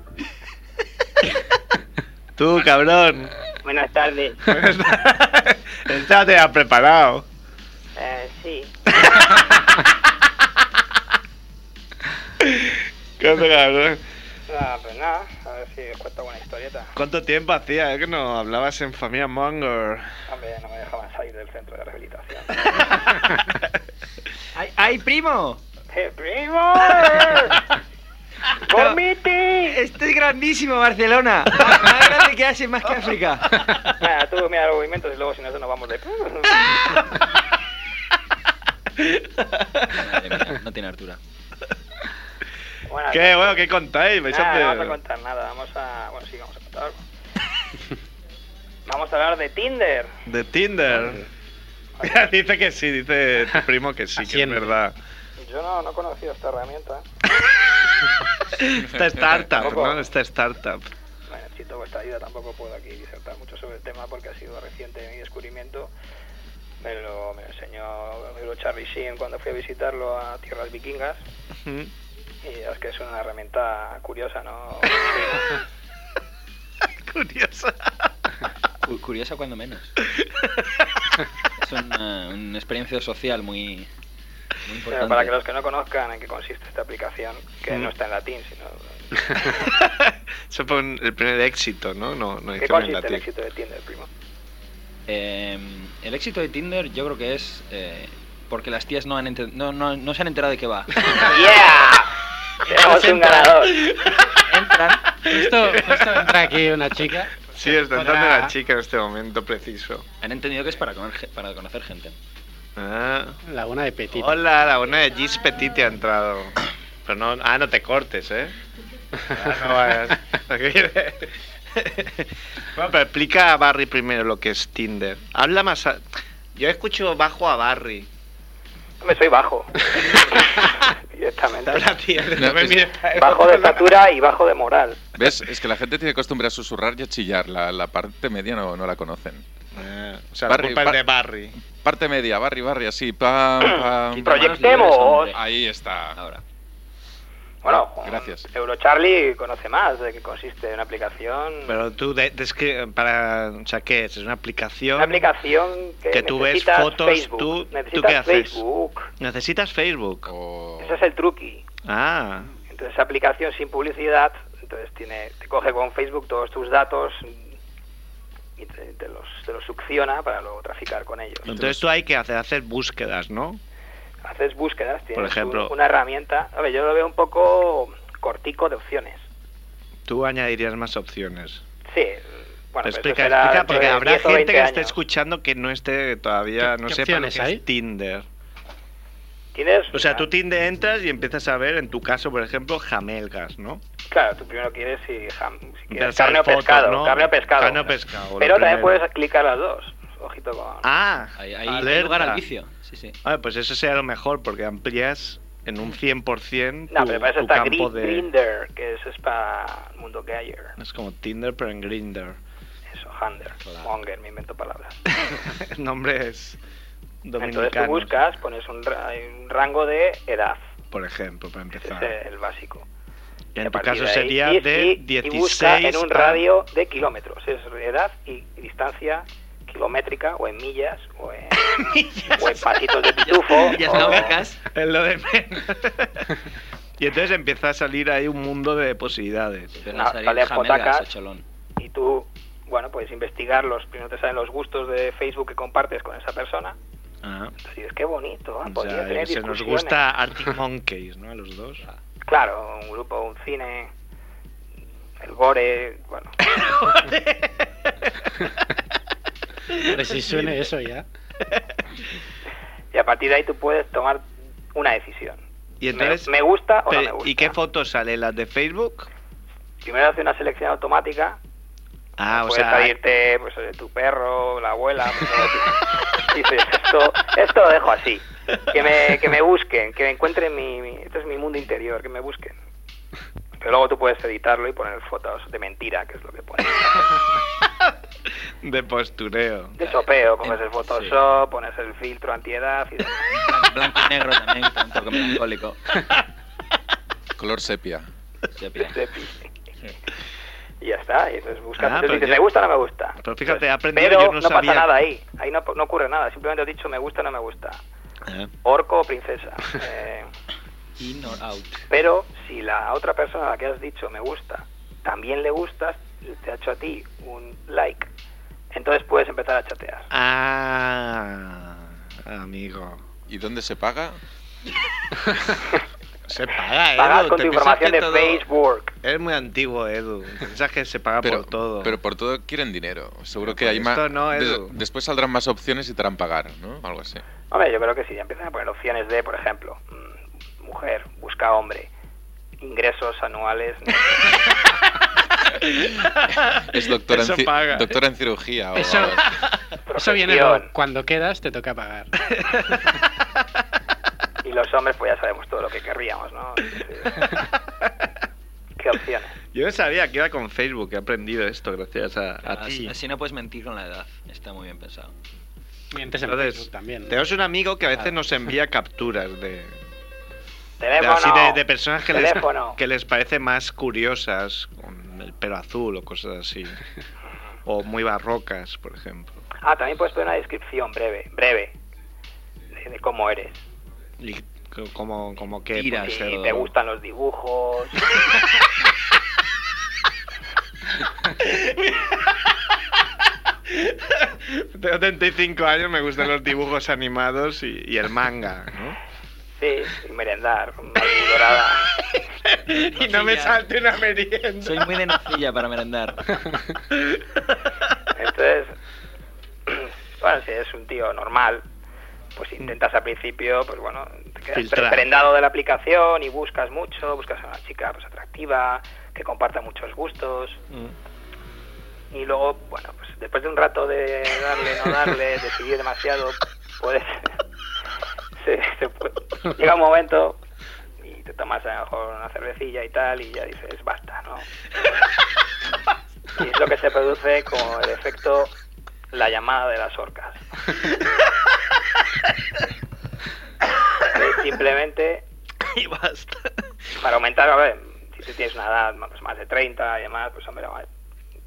Tú, cabrón. Buenas tardes. Esta te has preparado. Eh, sí. ¿Qué hace, cabrón? Nada, pues nada, a ver si os cuento alguna historieta. ¿Cuánto tiempo hacía eh, que no hablabas en familia Monger? Hombre, no me dejaban salir del centro de rehabilitación. ¡Ay, ay, primo! ¡Eh, ¡Primo! ¡Vomite! Este es grandísimo, Barcelona. Más, más grande que Asia, más que África. Nada, tú mira los movimientos y luego si no, nos vamos de... Madre mía, no tiene altura. Bueno, ¿Qué, bueno, qué contáis? Nada, ¿Vais Ah, no a vamos a contar nada, vamos a... Bueno, sí, vamos a contar algo. vamos a hablar de Tinder. De Tinder. Ah, dice que sí, dice tu primo que sí, que es verdad. Yo no, no he conocido esta herramienta. Esta startup, ¿no? Esta startup. Bueno, necesito vuestra ayuda, tampoco puedo aquí disertar mucho sobre el tema porque ha sido reciente mi descubrimiento. Me lo, me lo enseñó me lo Charlie Sheen cuando fui a visitarlo a tierras vikingas. Y es que es una herramienta curiosa, ¿no? Curiosa. Cu- curiosa cuando menos. Es una, una experiencia social muy, muy Pero importante. para que los que no conozcan en qué consiste esta aplicación, que Mm. no está en latín, sino... Eso fue un- el primer éxito, ¿no? No, no ¿Qué hicieron en consiste el latín. éxito de Tinder, primo? Eh, el éxito de Tinder yo creo que es eh, porque las tías no, han ente- no, no, no se han enterado de qué va. Tenemos un ganador. Esto, esto entra aquí una chica. Sí, está entrando Hola. la chica en este momento preciso. Han entendido que es para, comer ge- para conocer gente. Ah. Laguna de Petit. Hola, la una de Gis Petit te ha entrado. Pero no, ah, no te cortes, ¿eh? Ah, no vayas. bueno, pero explica a Barry primero lo que es Tinder. Habla más. a- Yo escucho bajo a Barry. Hombre, Pues soy bajo. Directamente. Habla, tío, no No, me es- mires. Bajo de estatura y bajo de moral. ¿Ves? Es que la gente tiene costumbre a susurrar y a chillar. La, la parte media no, no la conocen. Ah, o sea, Barry, la culpa es Bar- de Barry. Parte media, Barry, Barry, así. Pam, pam. Proyectemos. Ahí está. Ahora. Bueno, Gracias. Eurocharlie conoce más de qué consiste una aplicación. Pero tú, de- descri- para, o sea, ¿qué es? ¿Es una aplicación? Una aplicación que, Que tú ves necesitas fotos, Facebook. tú- ¿tú necesitas qué haces? Facebook. ¿Necesitas Facebook? Ese es el truqui. Ah, Entonces, esa aplicación sin publicidad, entonces tiene, te coge con Facebook todos tus datos mm, y te, te los, te los succiona para luego traficar con ellos. entonces tú hay que hacer, hacer búsquedas, ¿no? haces búsquedas, tienes ejemplo- un- una herramienta. A ver, yo lo veo un poco cortico de opciones. Tú añadirías más opciones. Sí. Bueno, pero eso explica, será explica, dentro porque de habrá 10 o gente 20 que esté años. escuchando que no esté todavía, ¿Qué- no qué sepa lo que opciones hay? es Tinder. Tienes, O sea, tú Tinder entras y empiezas a ver, en tu caso, por ejemplo, jamelgas, ¿no? claro, tú primero quieres si, jam- si Ver quieres carne o fotos, pescado, ¿no? carne o pescado. Carne o pescado, lo Pero también primero. puedes clicar las dos. Ojito con. Ah, Ahí, ahí hay alerta. lugar al vicio. Sí, sí. A ver, pues eso sería lo mejor, porque amplías en un 100% tu, no, pero para eso tu está campo Gri- de... Grindr, que eso es para el mundo gayer. Es como Tinder, pero en Grinder. Eso, Hunter, Monger, me invento palabras. El nombre es dominicano. Entonces tú buscas, pones un, ra- hay un rango de edad, Por ejemplo, para ese empezar. es el básico. Que Y a en tu partir caso de ahí- sería y- de y- Y 16 busca en un a- radio de kilómetros, es edad y distancia kilométrica o en millas o en, o en patitos de pitufo. Ya o- está, vacas. Es lo de menos. y entonces empieza a salir ahí un mundo de posibilidades. Empiezan No, a salir Ah, sale a jamelgas, potacas. o cholón. y tú, bueno, puedes investigar los, primero te salen los gustos de Facebook que compartes con esa persona. Ah, Entonces dices, qué bonito, ah, o podría sea, yo tener qué sé, nos discusiones. Ah. gusta Arctic Monkeys, ¿no? A los dos. Claro, un grupo, un cine, el gore, bueno. Pero si suene eso ya. Y a partir de ahí tú puedes tomar una decisión. Y entonces, me, me gusta o no me Pero, gusta. ¿Y qué fotos salen? ¿Las de Facebook? Primero hace una selección automática. Ah, o puede sea, salirte pues, eh, tu perro, la abuela. pues, todo. Dices, esto, esto lo dejo así. Que me, que me busquen, que me encuentren mi, mi- Este es mi mundo interior, que me busquen. Pero luego tú puedes editarlo y poner fotos de mentira, que es lo que pones. de postureo. De sopeo, pones el Photoshop, pones el filtro antiedad y demás. Blanco y negro también, que te da un toque melancólico. Color sepia. Sepia. Y ya está, y entonces buscas, Ah, entonces pero dices, yo- ¿me gusta o no me gusta? Pero fíjate, he Entonces, aprendido, pero yo no sabía- pasa nada ahí, ahí no, no ocurre nada, simplemente he dicho me gusta o no me gusta. Ah. Orco o princesa. Eh, In or out. pero si la otra persona a la que has dicho me gusta también le gustas, te ha hecho a ti un like, entonces puedes empezar a chatear. Ah, amigo. ¿Y dónde se paga? Se paga, Edu. Pagas con ¿Te tu piensas información que de Facebook. Eres muy antiguo, Edu. Piensas que se paga Pero por todo. pero por todo quieren dinero. Seguro Pero que por hay más. esto no, des- Edu. después saldrán más opciones y te harán pagar, ¿no? Algo así. Hombre, yo creo que si ya empiezan a poner opciones de, por ejemplo, mm, mujer, busca hombre, ingresos anuales. Es doctora, Eso en, ci- paga. doctora en Oh. cirugía. o Eso- algo así. Eso viene Profesión. luego. Cuando quedas te toca pagar. Y los hombres, pues ya sabemos todo lo que querríamos, ¿no? ¿Qué opciones? Yo no sabía que iba con Facebook. He aprendido esto gracias a, a Ah, Así, ti. así no puedes mentir con la edad. Está muy bien pensado. Mientes en Entonces, Facebook también. Tenemos un amigo que a veces Claro. nos envía capturas de... Teléfono. de así de, de personas que les, Teléfono. que les parece más curiosas, con el pelo azul o cosas así. O muy barrocas, por ejemplo. Ah, también puedes poner una descripción breve, breve, de, de cómo eres. Y co- como, como que... Mira, puede si ser- te gustan los dibujos. Tengo 35 años, me gustan los dibujos animados y, y el manga, ¿no? Sí, y merendar, una dorada. Y no me salte una merienda. Soy muy de nocilla para merendar. Entonces, bueno, si eres un tío normal, pues Mm. intentas al principio, pues bueno, te quedas Filtrar. prendado de la aplicación y buscas mucho, buscas a una chica pues atractiva, que comparta muchos gustos. Mm. Y luego, bueno, pues después de un rato de darle, no darle, decidir demasiado, puedes. se- se puede- llega un momento y te tomas a lo mejor una cervecilla y tal, y ya dices, basta, ¿no? Y es lo que se produce como el efecto la llamada de las orcas. Es Simplemente Y basta. para aumentar, a ver, si tú tienes una edad pues, más de 30 y demás, pues hombre, vale,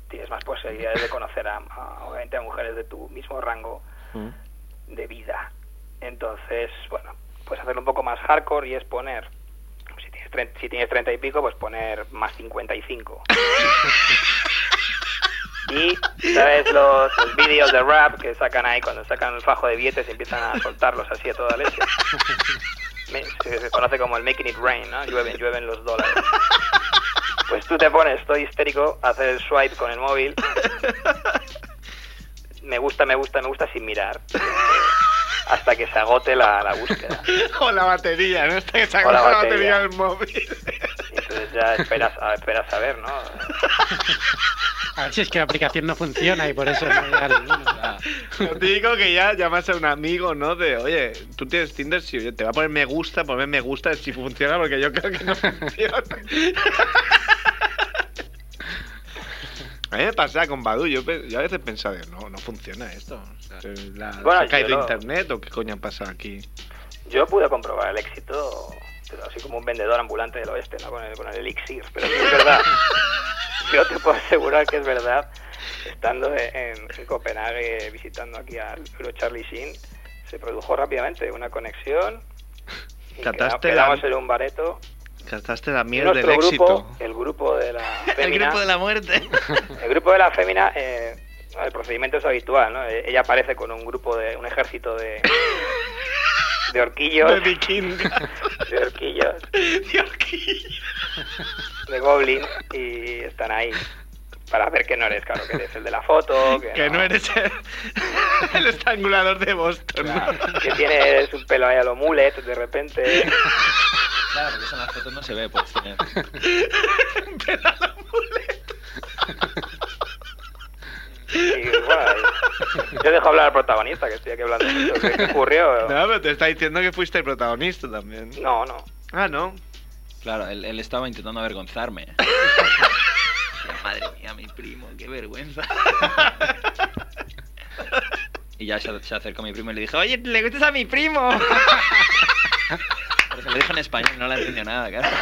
tienes más posibilidades de conocer a, a, obviamente a mujeres de tu mismo rango de vida. Entonces, bueno, puedes hacerlo un poco más hardcore y es poner, si tienes, tre- si tienes 30 y pico, pues poner más 55. Y, ¿sabes? Los, los vídeos de rap que sacan ahí, cuando sacan el fajo de billetes y empiezan a soltarlos así a toda leche. Me- Se, se conoce como el making it rain, ¿no? Llueven, llueven los dólares. Pues tú te pones, estoy histérico, hacer el swipe con el móvil. Me gusta, me gusta, me gusta sin mirar. Hasta que se agote la, la búsqueda. O la batería, ¿no? Esta que se O la acaba la batería. batería del móvil. Entonces ya esperas a, esperas a ver, ¿no? A ver si es que la aplicación no funciona y por eso no llega ninguno. Lo típico que ya llamas a un amigo, ¿no? De, oye, tú tienes Tinder, si oye, te va a poner me gusta, ponme me gusta si funciona, porque yo creo que no funciona. A mí me pasaba con Badu, yo, pe- yo a veces pensaba, no, no funciona esto. La, Bueno, ¿Se ha caído yo lo- internet o qué coño ha pasado aquí? Yo pude comprobar el éxito, pero así como un vendedor ambulante del oeste, ¿no? Con el, con el elixir, pero sí es verdad. Yo te puedo asegurar que es verdad, estando en, en Copenhague visitando aquí a Charlie Sheen, se produjo rápidamente una conexión. Y queda- Cataste la- quedamos en un bareto. Gastaste la Y miel del nuestro grupo, éxito. el grupo de la El fémina, grupo de la muerte. el grupo de la fémina, eh, el procedimiento es habitual, ¿no? Eh, Ella aparece con un grupo de, un ejército de, de horquillos. De vikingas. de horquillos, De horquillos. de goblins, y está están ahí para ver que no eres, claro, que eres el de la foto, que, Que no eres el, el estrangulador de Boston. ¿no? claro, que tienes un pelo ahí a lo mulet de repente. Claro, porque eso en las fotos no se ve, pues. tener- Y bueno, yo dejo hablar al protagonista, que estoy aquí hablando mucho. ¿Qué, qué ocurrió? No, pero te está diciendo que fuiste el protagonista también. No, no. Ah, no. Claro, él, él estaba intentando avergonzarme. Madre mía, mi primo, qué vergüenza. Y ya se, se acercó mi primo y le dije, oye, le gustas a mi primo. Pero se lo dijo en español, no la entendió nada, claro.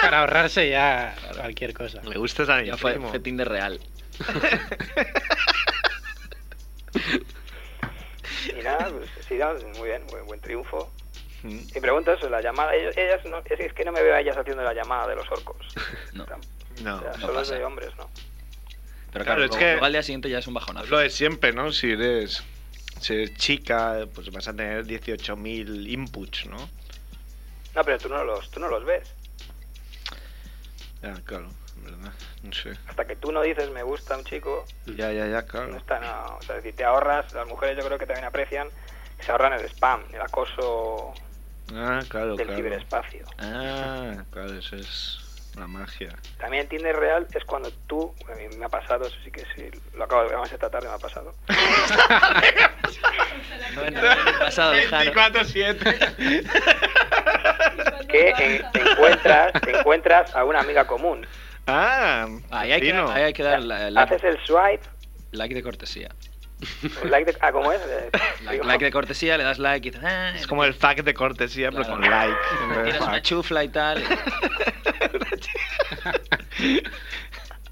Para ahorrarse ya cualquier cosa. Le gustas a mi Ya fue, fue Tinder real. Y nada, pues, sí, nada, muy bien, buen, buen triunfo. Y pregunto eso, la llamada, ellos- ellas no- es, es que no me veo a ellas haciendo la llamada de los orcos. No. No. O sea, No solo pasa. de hombres, ¿no? Claro, Pero claro, es luego- que- luego al día siguiente ya es un bajonazo. Lo de siempre, ¿no? Si eres, si eres chica, pues vas a tener 18.000 inputs, ¿no? No, pero tú no los, tú no los ves. Ya, claro, en verdad. No sé. Hasta que tú no dices me gusta un chico, Ya, ya, ya, no claro. está, no. O sea, es decir, te ahorras, las mujeres yo creo que también aprecian, que se ahorran el spam, el acoso Ah, claro, del claro. ciberespacio. Ah, claro, eso es una magia. También en Tinder real es cuando tú, a mí me ha pasado, eso sí que sí, lo acabo de ver más esta tarde, me ha pasado. pasado, 24-7. que en- te encuentras, te encuentras a una amiga común. Ah, ahí, hay que, Pino. ahí hay que dar la- la- Haces el swipe, like de cortesía. un like de, ah, ¿cómo es? Eh, Like, digo, like de cortesía, le das like y dices, ah, Es como el fact de cortesía, pero con like. en vez tienes de una fuck. chufla y tal.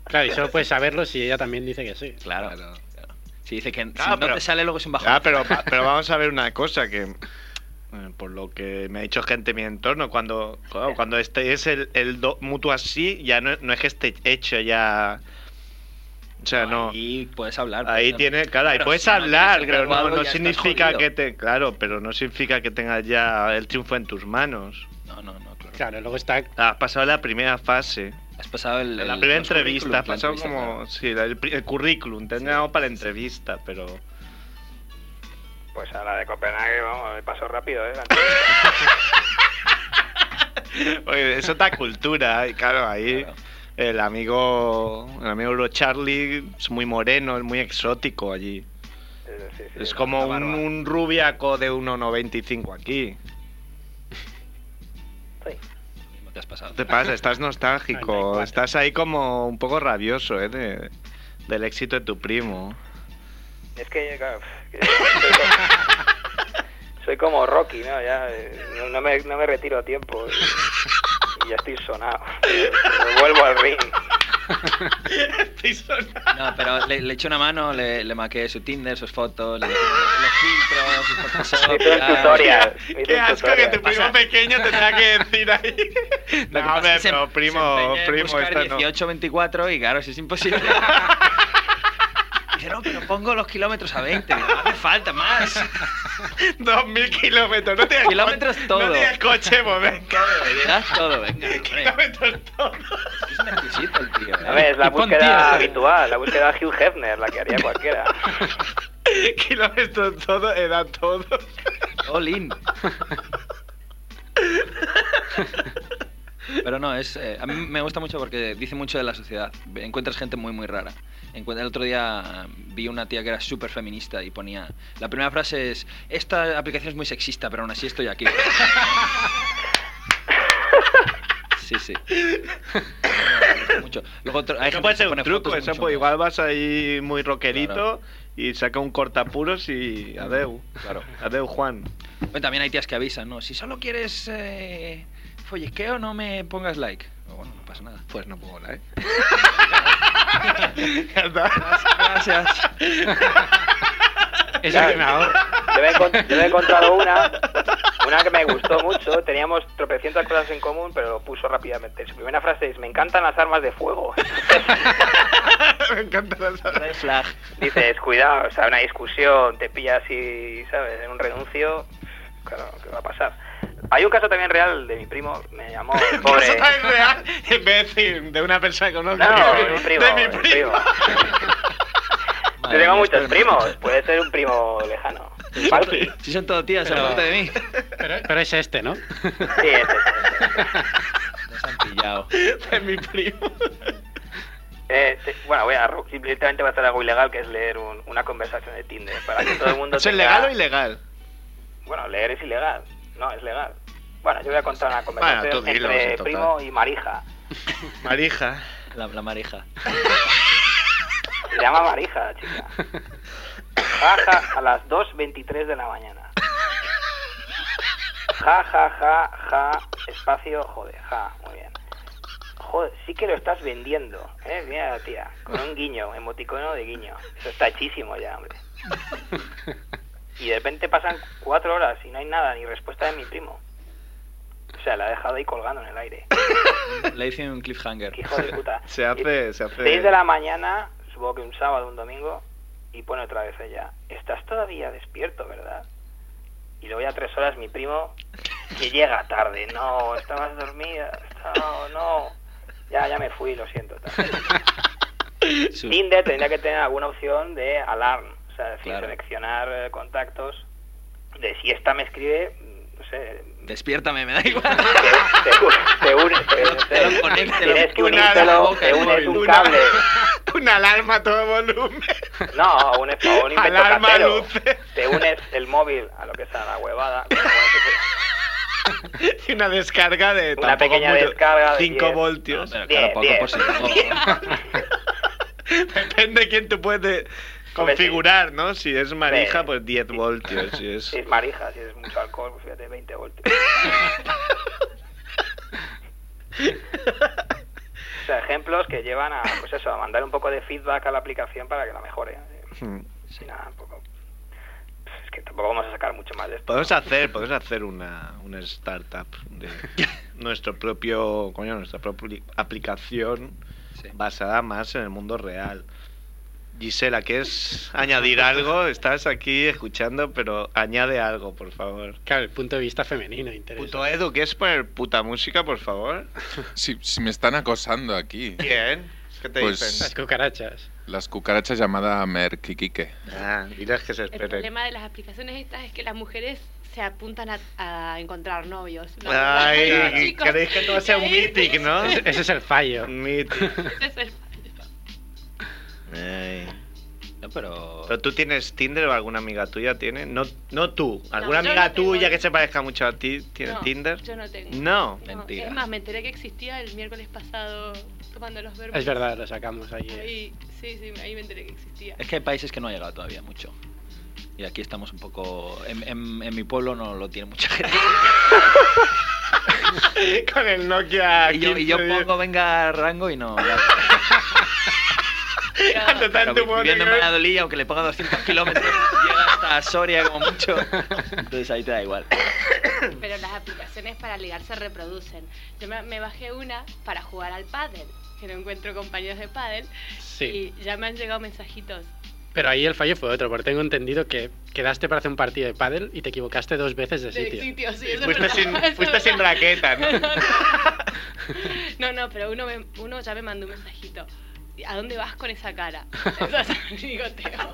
Claro, y solo puedes saberlo si ella también dice que sí. pues Claro. Si dice que si Ah, no pero- te sale, luego es un bajón. Ah, pero, pa- pero vamos a ver una cosa que eh, por lo que me ha dicho gente en mi entorno, cuando claro, cuando este es el, el do- mutuo así, ya no, no es que esté hecho ya. O sea, no. Ahí puedes hablar. Ahí puedes- tiene, claro, ahí Claro, puedes si no tienes hablar, el pero no, graduado no ya estás significa jodido. que te. Claro, pero no significa que tengas ya el triunfo en tus manos. No, no, no, claro. Claro, luego está. Has pasado la primera fase. Has pasado el. La el- primera los entrevista, currículums, has la pasado entrevista, como. Sí, la- el, pri- el currículum, te han llamado para la entrevista, pero. Pues a la de Copenhague, vamos, me pasó rápido, ¿eh? Oye, es otra cultura, y claro, ahí el amigo el amigo Euro Charlie es muy moreno, es muy exótico allí. es como un, un rubiaco de 1,95 aquí. claro. Te has pasado. ¿Qué te pasa? Estás nostálgico, estás ahí como un poco rabioso ¿eh? de- del éxito de tu primo. Es que, claro, que soy, como, soy como Rocky, ¿no? Ya, eh, no, no me, no me retiro a tiempo. eh, Y, ya estoy sonado. Me vuelvo al ring. No, pero le, le eché una mano, le, le maqué su Tinder, sus fotos, le, los filtros, sus Photoshop. Hice un tal. tutorial, hice Qué un asco que tutorial. tu primo pequeño tendrá que decir ahí. Lo que No, pasa hombre, es que se- em-, pero se primo, empeña en primo, buscar esta no. 18, 24 y claro, eso es imposible. Dice, no, pero pongo los kilómetros a 20. Digo, no hace falta más. 2000 kilómetros, no tienes Kilómetros co- todo. No tienes coche, pues venga. Das todo, venga. hombre. Kilómetros todo. Es un exquisito el tío. ¿eh? A ver, es la Y pon búsqueda tías, ¿eh? habitual, la búsqueda Hugh Hefner, la que haría cualquiera. Kilómetros todo, era todo. All in. Pero no, es, eh, a mí me gusta mucho porque dice mucho de la sociedad. Encuentras gente muy, muy rara. Encuent- El otro día eh, vi una tía que era súper feminista y ponía... La primera frase es, esta aplicación es muy sexista, pero aún así estoy aquí. Sí, sí. Me gusta mucho. Luego otro- hay Eso gente puede que ser un pone truco, fotos eso mucho puede- más. igual vas ahí muy rockerito Claro. y saca un cortapuros y adeu. Claro. Adeu, Juan. Bueno, también hay tías que avisan, ¿no? Si solo quieres eh, follisqueo, no me pongas like. Pero bueno, no pasa nada. Pues no pongo like. Gracias. Esa que me ahorro. Yo me, he encont- yo me he encontrado una, una que me gustó mucho. Teníamos tropecientas cosas en común, pero lo puso rápidamente. Su primera frase es: Me encantan las armas de fuego. Me encanta la flag. Dices, cuidado, o sea, una discusión, te pillas y, ¿sabes?, en un renuncio. Claro, ¿qué va a pasar? Hay un caso también real de mi primo, me llamó. el Pobre. Eso es real. En vez de decir de una persona que conozco. No, de mi primo, De mi primo. Yo tengo muchos primos, puede ser un primo lejano. Falqui. Si son todos tías, Pero- aparte de mí. Pero, pero es este, este. ¿no? Sí, es este. Nos han pillado. De mi primo. Eh, te- bueno, voy a, simplemente voy a hacer algo ilegal, que es leer un- una conversación de Tinder, para que todo el mundo... ¿Eso es tenga- legal o ilegal? Bueno, leer es ilegal. No, es legal. Bueno, yo voy a contar una conversación tú dilo, entre sí, total. primo y Marija. Marija. La, la marija. Se llama Marija, la chica. Jaja, a las 2.23 de la mañana. Ja, ja, ja, ja, espacio, joder, ja, muy bien. Joder, sí que lo estás vendiendo, ¿eh? Mira la tía, con un guiño, emoticono de guiño. Eso está hechísimo ya, hombre. Y de repente pasan cuatro horas y no hay nada, ni respuesta de mi primo. O sea, la ha dejado ahí colgando en el aire. Le hice un cliffhanger. Hijo de puta. Se hace, se hace. 6 de la mañana, supongo que un sábado, un domingo, y pone otra vez ella, estás todavía despierto, ¿verdad? Y luego ya tres horas mi primo, que llega tarde, no, estabas dormida, no, no, ya, ya me fui, lo siento. tal. Tinder tendría que tener alguna opción de alarm, o sea, es decir, Claro. seleccionar eh, contactos, de si esta me escribe, mm, no sé, Despiértame, me da igual. te, te unes, te, Te lo conecto, tienes que lo- una unírtelo, boca te al unes móvil. un Una- cable. Una alarma a todo volumen. No, un, un invento Alarma, casero. luces. Te unes el móvil a lo que sea la huevada. Y una descarga de. Una tampoco pequeña descarga de 5 10. voltios. pero claro, Diez, poco diez. por si Depende de quién tú puedes configurar, ¿no? Si es marija, pues 10 voltios. Si es... Si es marija, si es mucho alcohol, pues fíjate, 20 voltios. o sea, ejemplos que llevan a, pues eso, a mandar un poco de feedback a la aplicación para que la mejore. Hmm. Sí, nada, un poco. Es que tampoco vamos a sacar mucho más de esto. Podemos hacer, podemos hacer una, una startup de nuestro propio, coño, nuestra propia aplicación basada más en el mundo real. Gisela, ¿quieres añadir algo? Estás aquí escuchando, pero añade algo, por favor. Claro, el punto de vista femenino interesa. Puto Edu, ¿quieres poner puta música, por favor? Si, si me están acosando aquí. Bien. ¿Qué te Pues- dicen? Las cucarachas. Las cucarachas llamada Merck y Quique. Ah, dirás que se El problema de las aplicaciones estas es que las mujeres se apuntan a, a encontrar novios. Los Ay, chicos, creéis que todo sea un mític, ¿no? Ese es el fallo. ese es el- Ay. pero... tú tienes Tinder o alguna amiga tuya tiene? No, no tú. ¿Alguna yo amiga no tengo. tuya que se parezca mucho a ti tiene No, Tinder? Yo no tengo. No. Es más, me enteré que existía el miércoles pasado tomando los verbos. Es verdad, lo sacamos ahí. Ahí, sí, sí, ahí me enteré que existía. Es que hay países que no ha llegado todavía mucho. Y aquí estamos un poco... En, en- en mi pueblo no lo tiene mucha gente. Con el Nokia. Y yo, y yo 15. pongo venga rango y no... ya. Pero Total, vi- tu móvil viviendo en es- Valladolid, aunque le ponga 200 kilómetros, llega hasta Soria como mucho. Entonces ahí te da igual. Pero las aplicaciones para ligar se reproducen. Yo me, me bajé una para jugar al pádel, que no encuentro compañeros de pádel. Sí. Y ya me han llegado mensajitos. Pero ahí el fallo fue otro, porque tengo entendido que quedaste para hacer un partido de pádel y te equivocaste dos veces de de sitio. sitio, sí, eso es Fuiste verdad, sin, eso es fuiste sin verdad. raqueta, ¿no? No, no, pero uno, me- uno ya me mandó un mensajito. ¿A dónde vas con esa cara? Entonces, digo, Teo.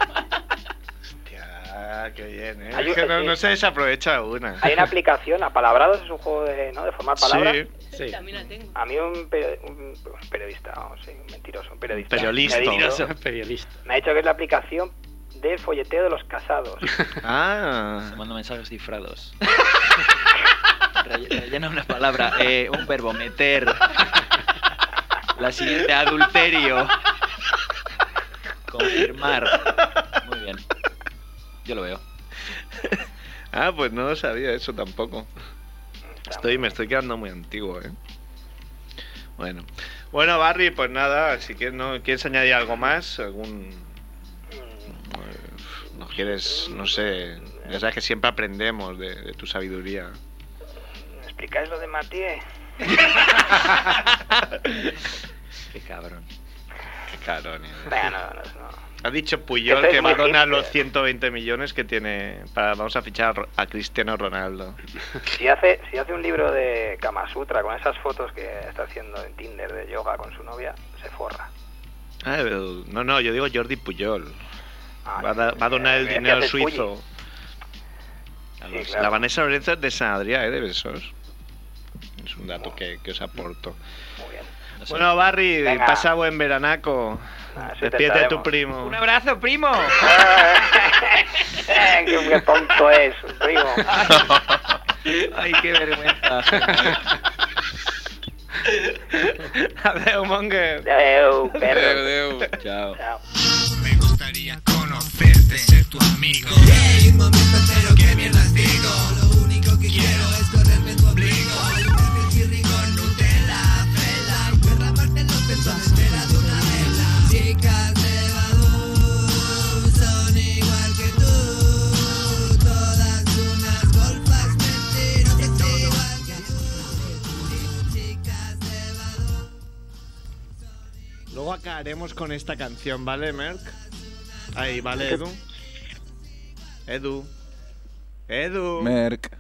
Ah, qué bien, ¿eh? Hay Es que un- no, no se desaprovecha una. Hay una aplicación, Apalabrados es un juego de, ¿no? de formar palabras. Sí, sí. También la tengo. A mí un, peri- un periodista, vamos, sí, un mentiroso, un periodista. Periodista. Me ha, dicho, Periodista. me ha dicho que es la aplicación del folleteo de los casados. Ah. Se mando mensajes cifrados. Rell- Rellena una palabra, eh, un verbo, meter. La siguiente, adulterio. Confirmar. Muy bien. Yo lo veo. Ah, pues no lo sabía eso tampoco. Estoy, me estoy quedando muy antiguo, ¿eh? Bueno. Bueno, Barry, pues nada, si quieres, ¿no? ¿quieres añadir algo más, algún... eh, No quieres, no sé, ya sabes que siempre aprendemos de, de tu sabiduría. ¿Me explicáis lo de Matías? Qué cabrón. Carones. Venga, no, no, no. eh. Ha dicho Puyol Eso es eh. que va muy a donar simple. los 120 millones que tiene para vamos a fichar a Ro- a Cristiano Ronaldo. Si hace, si hace un libro de Kama Sutra con esas fotos que está haciendo en Tinder de yoga con su novia, se forra. Ah, el- no, no, yo digo Jordi Puyol. Va a, da- va a donar el eh, dinero gracias, suizo. A Sí, los- claro. La Vanessa Lorenzo es de San Adrià, ¿eh? De Besos. Es un dato que, que os aporto. Bueno, Barry, Venga. pasa buen veranaco. Despídete de tu primo. Un abrazo, primo. Eh, qué, qué tonto es, primo. Ay, qué vergüenza. Adeu, Monger. Adeu, perro. Chao. Me gustaría conocerte, ser tu amigo. Hey, un momento entero, ¿qué mierdas digo? Lo único que quiero es correrme tu abrigo. Alimentarme el chirri con Nutella, vela. Y derramarte los pezones de la luna vela. Chicas de Badoo son igual que tú. Todas unas golfas mentirosas igual que tú. Chicas de Badoo. Luego acabaremos con esta canción, ¿vale, Merck? Ahí, ¿vale, Edu? Edu. Edu. Merck,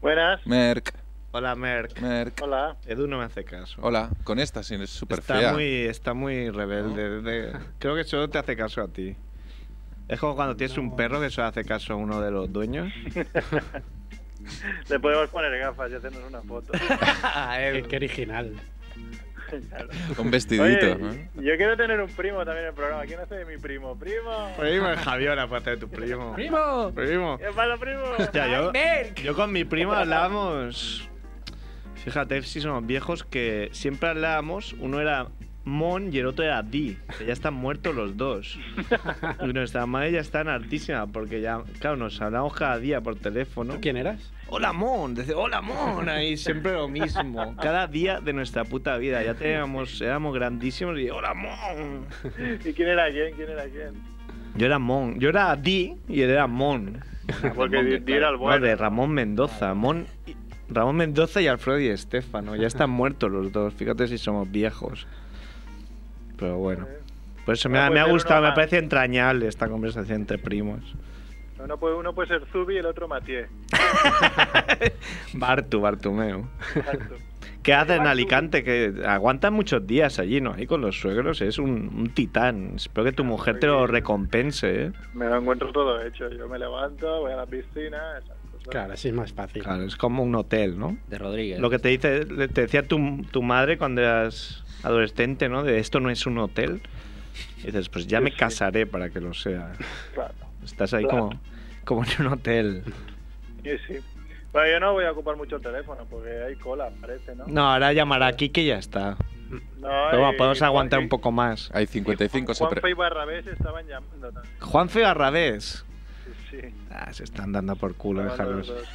Buenas. Merck. Hola, Merck. Merck. Hola. Edu no me hace caso. Hola, con esta sí es súper Está fea. muy, está muy rebelde. de- creo que solo te hace caso a ti. Es como cuando tienes un perro que solo hace caso a uno de los dueños. Le podemos poner gafas y hacernos una foto. qué, qué original. Un vestidito. Oye, ¿eh? Yo quiero tener un primo también en el programa. ¿Quién hace de mi primo? ¡Primo! Primo, es pues, Javiola, aparte de tu primo. ¡Primo! Primo. ¿Qué pasa, primo? Ya, yo, yo con mi prima hablábamos. Fíjate si somos viejos que siempre hablábamos. Uno era Mon y el otro era Di. Que ya están muertos los dos. Y nuestra madre ya está en hartísima porque ya, claro, nos hablamos cada día por teléfono. quién eras? Hola Mon, desde Hola Mon, ahí siempre lo mismo. Cada día de nuestra puta vida. Ya teníamos, éramos grandísimos y Hola Mon. ¿Y quién era quién? ¿Quién era quién? Yo era Mon. Yo era Di y él era Mon. Porque di, di era el No, de bueno. Ramón Mendoza. Mon- Ramón Mendoza y Alfredo y Estefano. Ya están muertos los dos. Fíjate si somos viejos. Pero bueno. Por eso me, No ha- puede me ha Ah, pues ser gustado, uno me más. parece entrañable esta conversación entre primos. Uno puede, uno puede ser Zubi y el otro Matié. Bartu, Bartumeo. ¿Qué haces en Alicante? Que aguantan muchos días allí, ¿no? Ahí con los suegros es un, un titán. Espero que tu mujer te lo recompense, ¿eh? Me lo encuentro todo hecho. Yo me levanto, voy a la piscina. esas cosas. Claro, así es más fácil. Claro, es como un hotel, ¿no? De Rodríguez. Lo que te dice, le- te decía tu, tu madre cuando eras adolescente, ¿no? De esto no es un hotel. Y dices, pues ya me casaré para que lo sea. Claro. Estás ahí Claro. como, como en un hotel. Sí, sí. Bueno, yo no voy a ocupar mucho el teléfono porque hay cola, parece, ¿no? No, ahora llamará aquí que ya está. No, Pero bueno, y podemos Juan- aguantar un poco más. Hay 55 Juanfe y Barrabés estaban llamando también. Juanfe Arrabés. Sí, sí. Ah, se están dando por culo, Estaban los déjalos.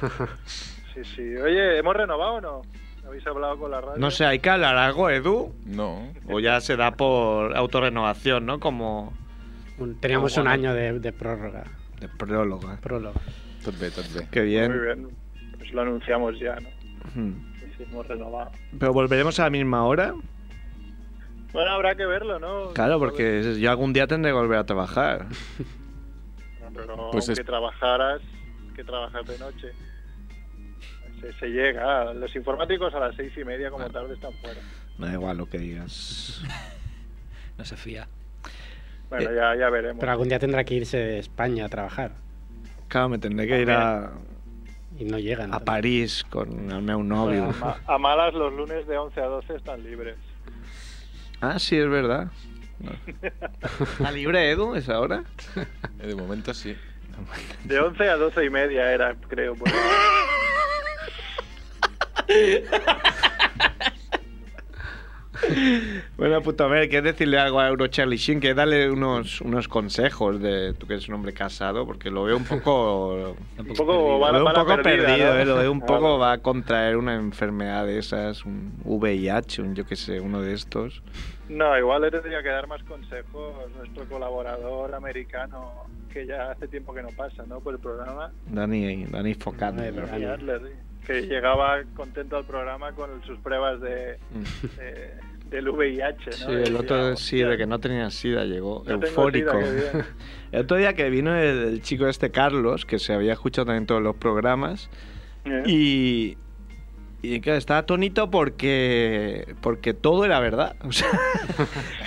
dos, cabrón. Sí, sí. Oye, ¿hemos renovado o no? ¿Habéis hablado con la radio? No sé, hay que hablar algo, Edu. No. O ya se da por autorrenovación, ¿no? Como. teníamos un año de, prórroga. De ¿eh? prórroga. Prólogo. Tot bé, tot bé. Qué Muy bien. bien. Pues lo anunciamos ya, ¿no? Hmm. Sí, sí, hemos renovado. Pero volveremos a la misma hora. Bueno, habrá que verlo, ¿no? Claro, porque yo algún día tendré que volver a trabajar. No, Pero Pues aunque es- trabajaras, que trabajar de noche. Se, se llega. Los informáticos a las seis y media como tarde están fuera. Me da igual lo que digas. No se fía. Bueno, ya, ya veremos. Pero algún día tendrá que irse de España a trabajar. Claro, me tendré que ir a, Y no llegan. a París con el meu novio. Bueno, a, ma- a malas los lunes de 11 a 12 están libres. Ah, sí, es verdad. ¿Está libre Edu esa hora? De momento sí. De 11 a 12 y media era, creo. por ahí. Bueno, puto, a ver, ¿quieres decirle algo a Euro Charlie Sheen? Que dale unos, unos consejos de tú que eres un hombre casado, porque lo veo un poco. Un poco, va- lo veo un va la poco perdida, perdido, ¿no? eh, lo veo un Ah, poco va a contraer una enfermedad de esas, un VIH, un yo qué sé, uno de estos. No, igual le tendría que dar más consejos nuestro colaborador americano, que ya hace tiempo que no pasa, ¿no? Por el programa. Dani, Dani Focat. Dani Adler, sí, que llegaba contento al programa con sus pruebas de, de- del VIH, ¿no? Mm. Sí, el otro sí, de que no tenía sida llegó No tengo eufórico. sida, qué bien. el otro día que vino el, el chico este Carlos, que se había escuchado también en todos los programas, y, y claro, estaba atónito porque, porque todo era verdad. O sea,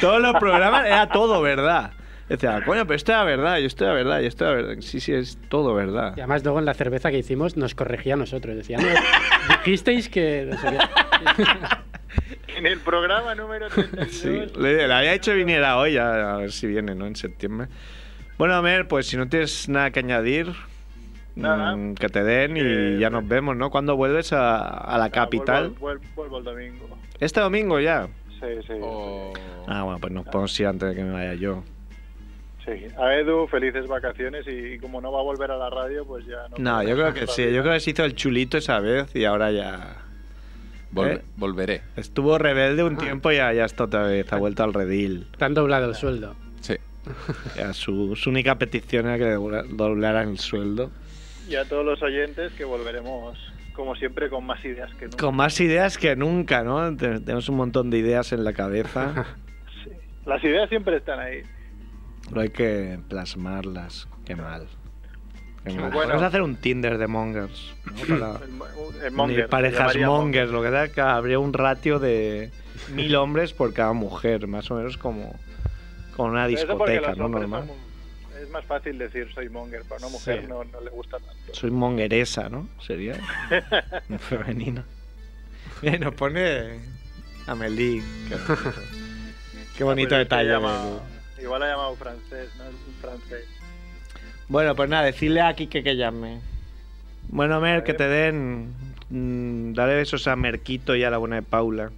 todos los programas era todo verdad. Decía, coño, pero esto era verdad, y esto era verdad, y esto era verdad. Sí, sí, es todo verdad. Y además luego en la cerveza que hicimos nos corregía a nosotros. Decía, "No, dijisteis que... no sé qué". En el programa número 32. Sí, le, le había hecho que viniera hoy, a, a ver si viene, ¿no? En septiembre. Bueno, Amer, pues si no tienes nada que añadir, Nada. mm, que te den y ya nos vemos, ¿no? ¿Cuándo vuelves a, a la capital? Ah, Vuelvo, vuelvo- vuelvo el domingo. Este domingo ya. Sí, sí. Ah, bueno, pues nos podemos ir antes de que me vaya yo. sí. A Edu, felices vacaciones y como no va a volver a la radio, pues ya no. No, yo creo que sí, yo creo que se hizo el chulito esa vez y ahora ya... Volve- ¿Eh? Volveré. Estuvo rebelde Ah. un tiempo y ya, ya está otra vez, ha vuelto al redil. Te han doblado el sueldo. Sí. Ya, su, su única petición era que dobla- doblaran el sueldo. Y a todos los oyentes que volveremos, como siempre, con más ideas que nunca. Con más ideas que nunca, ¿no? Te- Tenemos un montón de ideas en la cabeza, Las ideas siempre están ahí. pero hay que plasmarlas. Qué mal. Qué mal. Bueno. Vamos a hacer un Tinder de mongers. ¿no? Para El mo- el unir monger, lo parejas llamaríamos. mongers, lo que da que habría un ratio de mil hombres por cada mujer, más o menos como, como una Pero eso porque discoteca, los ¿no? hombres Normal. son- Es más fácil decir soy monger, para una mujer Sí. no, no le gusta tanto. Soy mongeresa, ¿no? Sería en femenino. Mira, nos pone Amelie. Qué bonito, Qué bonito Pero es que detalle. llama- Amelie. Igual ha llamado francés, ¿no? Es un francés. Bueno, pues nada, decirle a Kike que llame. Bueno, Mer, que te den. mm, dale besos a Merquito y a la buena de Paula.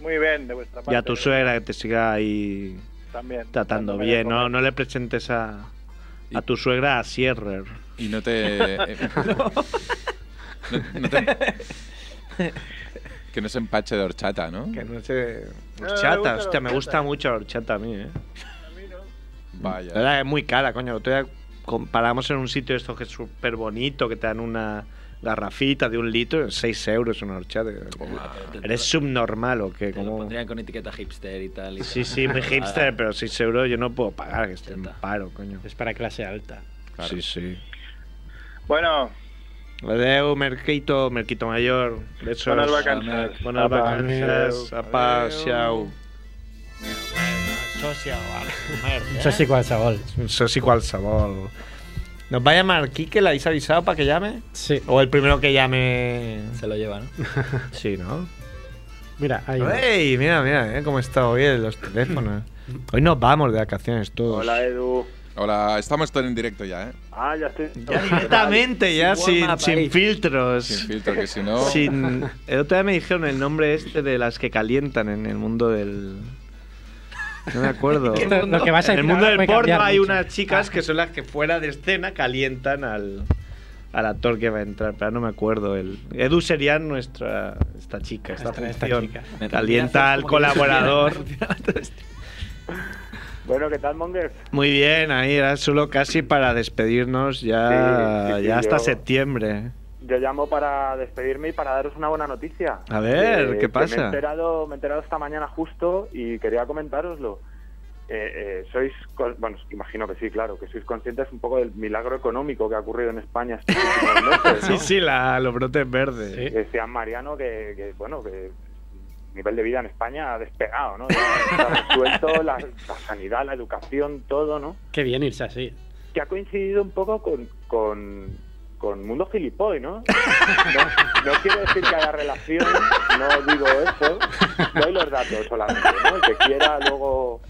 Muy bien, de vuestra parte. Y a tu suegra que te siga ahí También. tratando bien. No, no le presentes a, a tu suegra a Sierrer. Y no te. eh, no- no te- que no se empache de horchata, ¿no? Que no se. No, le gusta Horchata, la hostia, horchata. me gusta mucho la horchata a mí, eh. Vaya. La verdad es muy cara, coño. El otro día comparamos en un sitio de estos que es súper bonito, que te dan una garrafita de un litro, 6 euros una horchata. ¿Eres subnormal o qué? ¿Cómo? Pondrían con etiqueta hipster y tal. y Sí, tal. sí, muy Ah, hipster, pero 6 euros yo no puedo pagar, que estoy en paro, coño. Es para clase alta. Sí, sí. Bueno, Adeu, Merquito, Merquito Mayor. Besos. Buenas vacances. Buenas Apa. vacances. Apa, siau. Socio, Eso sí, cual sabor. Sosi cual sabor. ¿Nos va a llamar Quique? ¿La habéis avisado para que llame? Sí. O el primero que llame. Se lo lleva, ¿no? sí, ¿no? Mira, ahí. va. ¡Ey! Mira, mira, ¿eh? cómo está hoy en los teléfonos. Hoy nos vamos de vacaciones todos. Hola, Edu. Hola, estamos todos en directo ya, ¿eh? Ah, ya estoy. Ya directamente, ya sin, sin filtros. Sin filtro, que si no- Sin- El otro día me dijeron el nombre este de las que calientan en el mundo del. No me acuerdo. ¿Qué mundo? Lo que vas a en el decir mundo ahora del puede porno cambiar hay mucho. Ah. unas chicas que son las que fuera de escena calientan al, al actor que va a entrar, pero no me acuerdo. El, Edu sería nuestra esta chica, esta, Esta- esta función. chica. Calienta al colaborador. Bueno, ¿qué tal, Monger? Muy bien, ahí era solo casi para despedirnos ya, Sí, sí, sí, ya hasta yo- septiembre. Yo llamo para despedirme y para daros una buena noticia. Eh, A ver, ¿qué que pasa? me, he enterado, me he enterado esta mañana justo y quería comentároslo. Eh, eh, sois, con- bueno, imagino que sí, claro, que sois conscientes un poco del milagro económico que ha ocurrido en España estos últimos meses, ¿no? Sí, sí, la, los brotes verdes. Decía Mariano que, que, bueno, que el nivel de vida en España ha despegado, ¿no? Está resuelto la, la sanidad, la educación, todo, ¿no? Qué bien irse así. que ha coincidido un poco con, con, con Mundo Gilipoy, ¿no? ¿no? no quiero decir que haya relación, no digo eso, doy los datos solamente, ¿no? El que quiera luego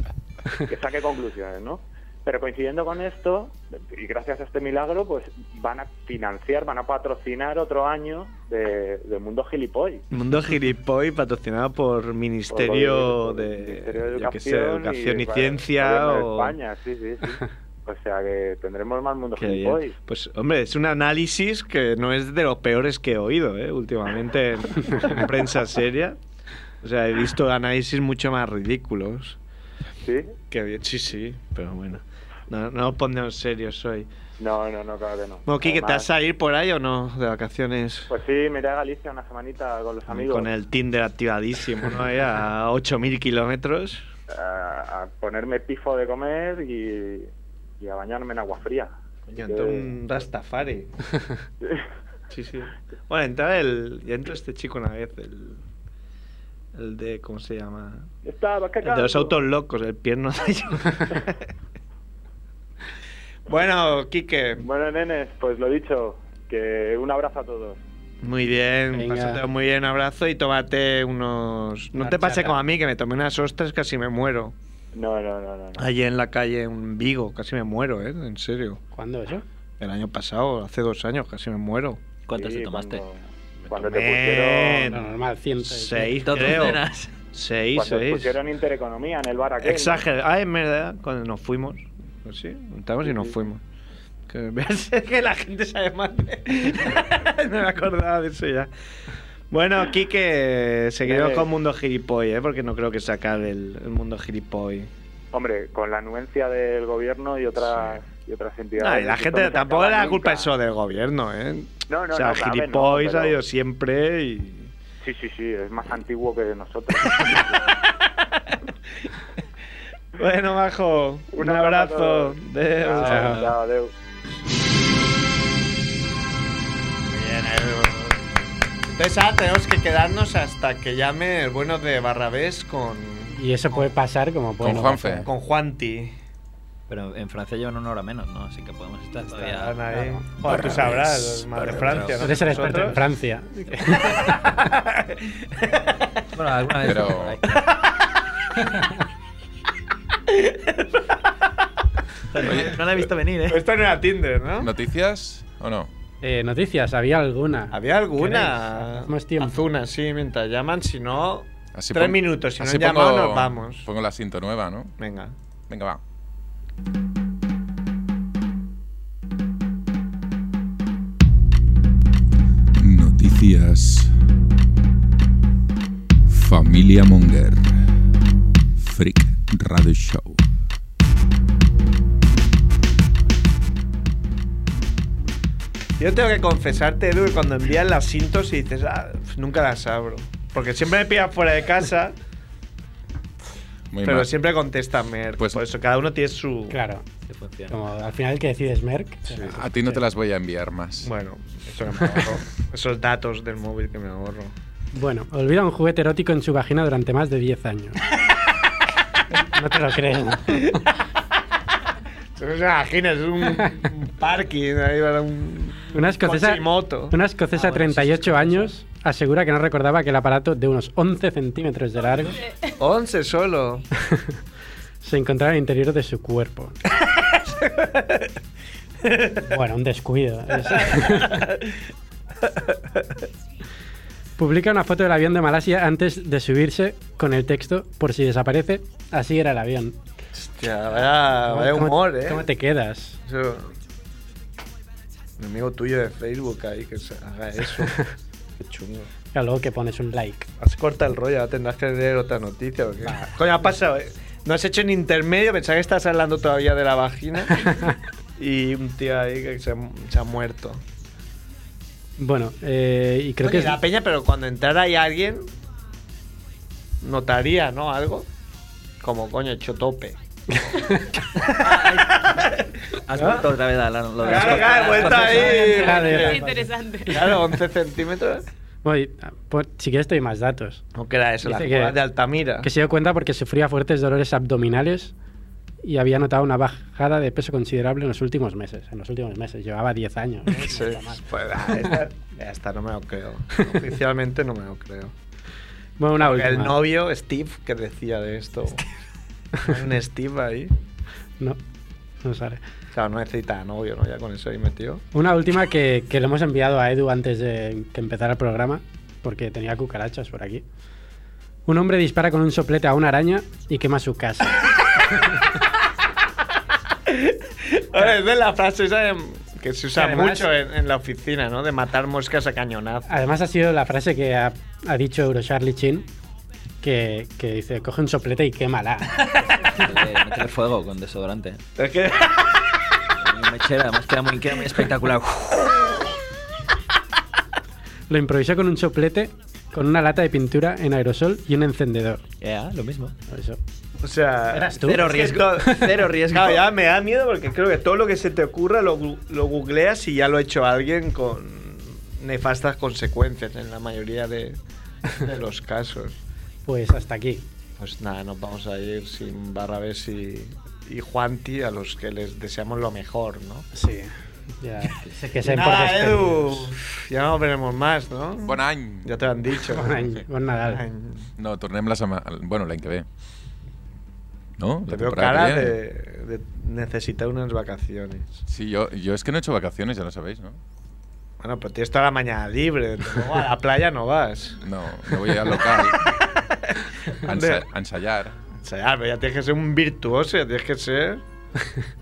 que saque conclusiones, ¿no? Pero coincidiendo con esto, y gracias a este milagro, pues van a financiar, van a patrocinar otro año de, de Mundo Gilipoy. Mundo Gilipoy patrocinado por Ministerio de, yo qué sé, Educación y, bueno, Ciencia gobierno de o España, sí, sí, sí. O sea que tendremos más Mundo Qué bien. Gilipoy. Pues hombre, es un análisis que no es de los peores que he oído ¿eh? últimamente en, en prensa seria. O sea, he visto análisis mucho más ridículos. ¿Sí? Qué bien, sí, sí, pero bueno. No, no nos ponemos serios hoy. No, no, no, claro que no. Bueno, Kike, ¿te Además, vas a ir por ahí o no? De vacaciones. Pues sí, me iré a Galicia una semanita con los amigos Con el Tinder activadísimo, ¿no? Ahí a 8.000 kilómetros. a, a ponerme pifo de comer y, y a bañarme en agua fría. Coño, entra un Rastafari. sí, sí. Bueno, entra el. Ya entró este chico una vez, el. El de. ¿Cómo se llama? Estaba El de los autos locos, el pierno de ellos. Bueno, Quique. Bueno, nenes, pues lo dicho, que un abrazo a todos. Muy bien, Venga. pásatelo muy bien, un abrazo y tómate unos. No te pases Horchata. como a mí, que me tomé unas ostras, casi me muero. No, no, no, no. no. Allí en la calle en Vigo, casi me muero, ¿eh? En serio. ¿Cuándo eso? El año pasado, hace dos años, casi me muero. ¿Cuántas te tomaste? Cuando te Eh, pusieron... normal, 100. Seis, Dos creo. docenas. Seis, Cuando seis. pusieron Intereconomía en el bar aquel. ¿no? Exagerado. Ah, es verdad, cuando nos fuimos. Pues sí, entramos y nos fuimos. Que ves que la gente sabe más. no me acordaba de eso ya. Bueno, Quique, seguiremos Dale. con Mundo Gilipoy, ¿eh? porque no creo que se acabe el, el Mundo Gilipoy. Hombre, con la anuencia del gobierno y otras, y otras entidades. No, y la esto gente no se tampoco acaba era la nunca. culpa eso del gobierno, ¿eh? No, no, o sea, no, claro, Gilipoy no, ha pero- ido siempre y. Sí, sí, sí, es más antiguo que nosotros. Bueno, Majo, un, abrazo. Deu. Chao, chao, adeu. Bien, Entonces ahora tenemos que quedarnos hasta que llame el bueno de Barrabés con, Y eso puede pasar como puede no pasar. con Juanti. Pero en Francia llevan una hora menos, ¿no? Así que podemos estar todavía. Están ahí. Bueno, tú sabrás, los más de Francia. ¿no? Eres el experto en ¿Nosotros? Francia. Bueno, alguna vez. Pero- por ahí. Oye, No la he visto venir, ¿eh? Esto no era Tinder, ¿no? ¿Noticias o no? Eh, noticias, había alguna. Había ¿Queréis? alguna. Hacemos tiempo. Haz una, sí, mientras llaman. Si no, Así tres pon- minutos. Si no así han llamado, pongo- nos vamos. Pongo la cinta nueva, ¿no? Venga. Venga, va. Noticias. Familia Monger. Freak Radio Show. Yo tengo que confesarte, Edu, que cuando envían las cintos y dices, ah, pf, nunca las abro. Porque siempre me pillas fuera de casa, Muy pero mal. siempre contestan Merck. Pues Por eso cada uno tiene su. Claro. Como al final el que decide es Merck. A ti no te las voy a enviar más. Bueno, eso que me ahorro. Esos datos del móvil que me ahorro. Bueno, olvida un juguete erótico en su vagina durante más de 10 años. No te lo crees. ¿no? Eso no se imagina, es un, un parking, ahí va un. Una escocesa, Moto. una Ah, escocesa 38 años asegura que no recordaba que el aparato de unos 11 centímetros de largo 11 solo. se encontraba en el interior de su cuerpo. Bueno, un descuido. Es- Publica una foto del avión de Malasia antes de subirse con el texto por si desaparece. Así era el avión. Hostia, vaya, vaya ¿Cómo- humor, eh. ¿Cómo te quedas? Eso- Un amigo tuyo de Facebook ahí que se haga eso. Qué chungo. Claro, luego que pones un like. Has cortado el rollo, ahora tendrás que leer otra noticia. ¿o qué? Coño, ha pasado. eh. No has hecho ni intermedio, pensaba que estás hablando todavía de la vagina. y un tío ahí que se, ha- se ha muerto. Bueno, eh, y creo que Oye, es- la peña, pero cuando entrara ahí alguien, notaría, ¿no? Algo. Como, coño, he hecho tope. Has ¿No? vuelto otra vez a la. lo de las Claro, cortadas, claro, he vuelto cortadas. ahí. Claro, porque- Interesante. Claro, 11 centímetros. Voy, ah, por- si quieres te doy más datos. No que era eso, las Dice cuevas que- de Altamira. Que se dio cuenta porque sufría fuertes dolores abdominales y había notado una bajada de peso considerable en los últimos meses. En los últimos meses, llevaba 10 años. ¿no? Sí, pues, ah, esta, esta no me lo creo. Oficialmente no me lo creo. Bueno, una Porque última. El novio, Steve, que decía de esto. Hay un Steve ahí. No, no sale. Claro, no necesita novio, ¿no? Ya con eso ahí metido. Una última que, que le hemos enviado a Edu antes de que empezara el programa, porque tenía cucarachas por aquí. Un hombre dispara con un soplete a una araña y quema su casa. Ahora, es de la frase esa de- que se usa Que además- mucho en, en la oficina, ¿no? De matar moscas a cañonazo. Además ha sido la frase que ha, ha dicho Eurocharlie Chin, que, que dice, coge un soplete y quémala. Métele, Eh, métele fuego con desodorante. Es que... Una mechera, además queda muy, queda muy espectacular. Lo improvisó con un soplete, con una lata de pintura en aerosol y un encendedor. Ya, lo mismo. Eso. O sea, Eras tú. cero riesgo. Cero riesgo. Claro, ya me da miedo porque creo que todo lo que se te ocurra lo, gu- lo googleas y ya lo ha hecho alguien con nefastas consecuencias en la mayoría de, de los casos. Pues hasta aquí. Pues nada, nos vamos a ir sin Barrabés y, y Juanti, a los que les deseamos lo mejor, ¿no? Sí. Ya, sé que se Nada, Edu, ya no veremos más, ¿no? Buen año. Ya te lo han dicho. Bon any, bon Nadal. Bon any. No, tornem la setmana... Bueno, l'any que ve. ¿No? Te La veo temporada cara que de, viene. de necesitar unas vacaciones. Sí, yo, yo es que no he hecho vacaciones, ya lo sabéis, ¿no? Bueno, pero tienes toda la mañana libre. Luego a la playa no vas. No, me voy al local. A, ensa- Hombre. a ensayar. O sea, ya, pero ya tienes que ser un virtuoso, ya tienes que ser.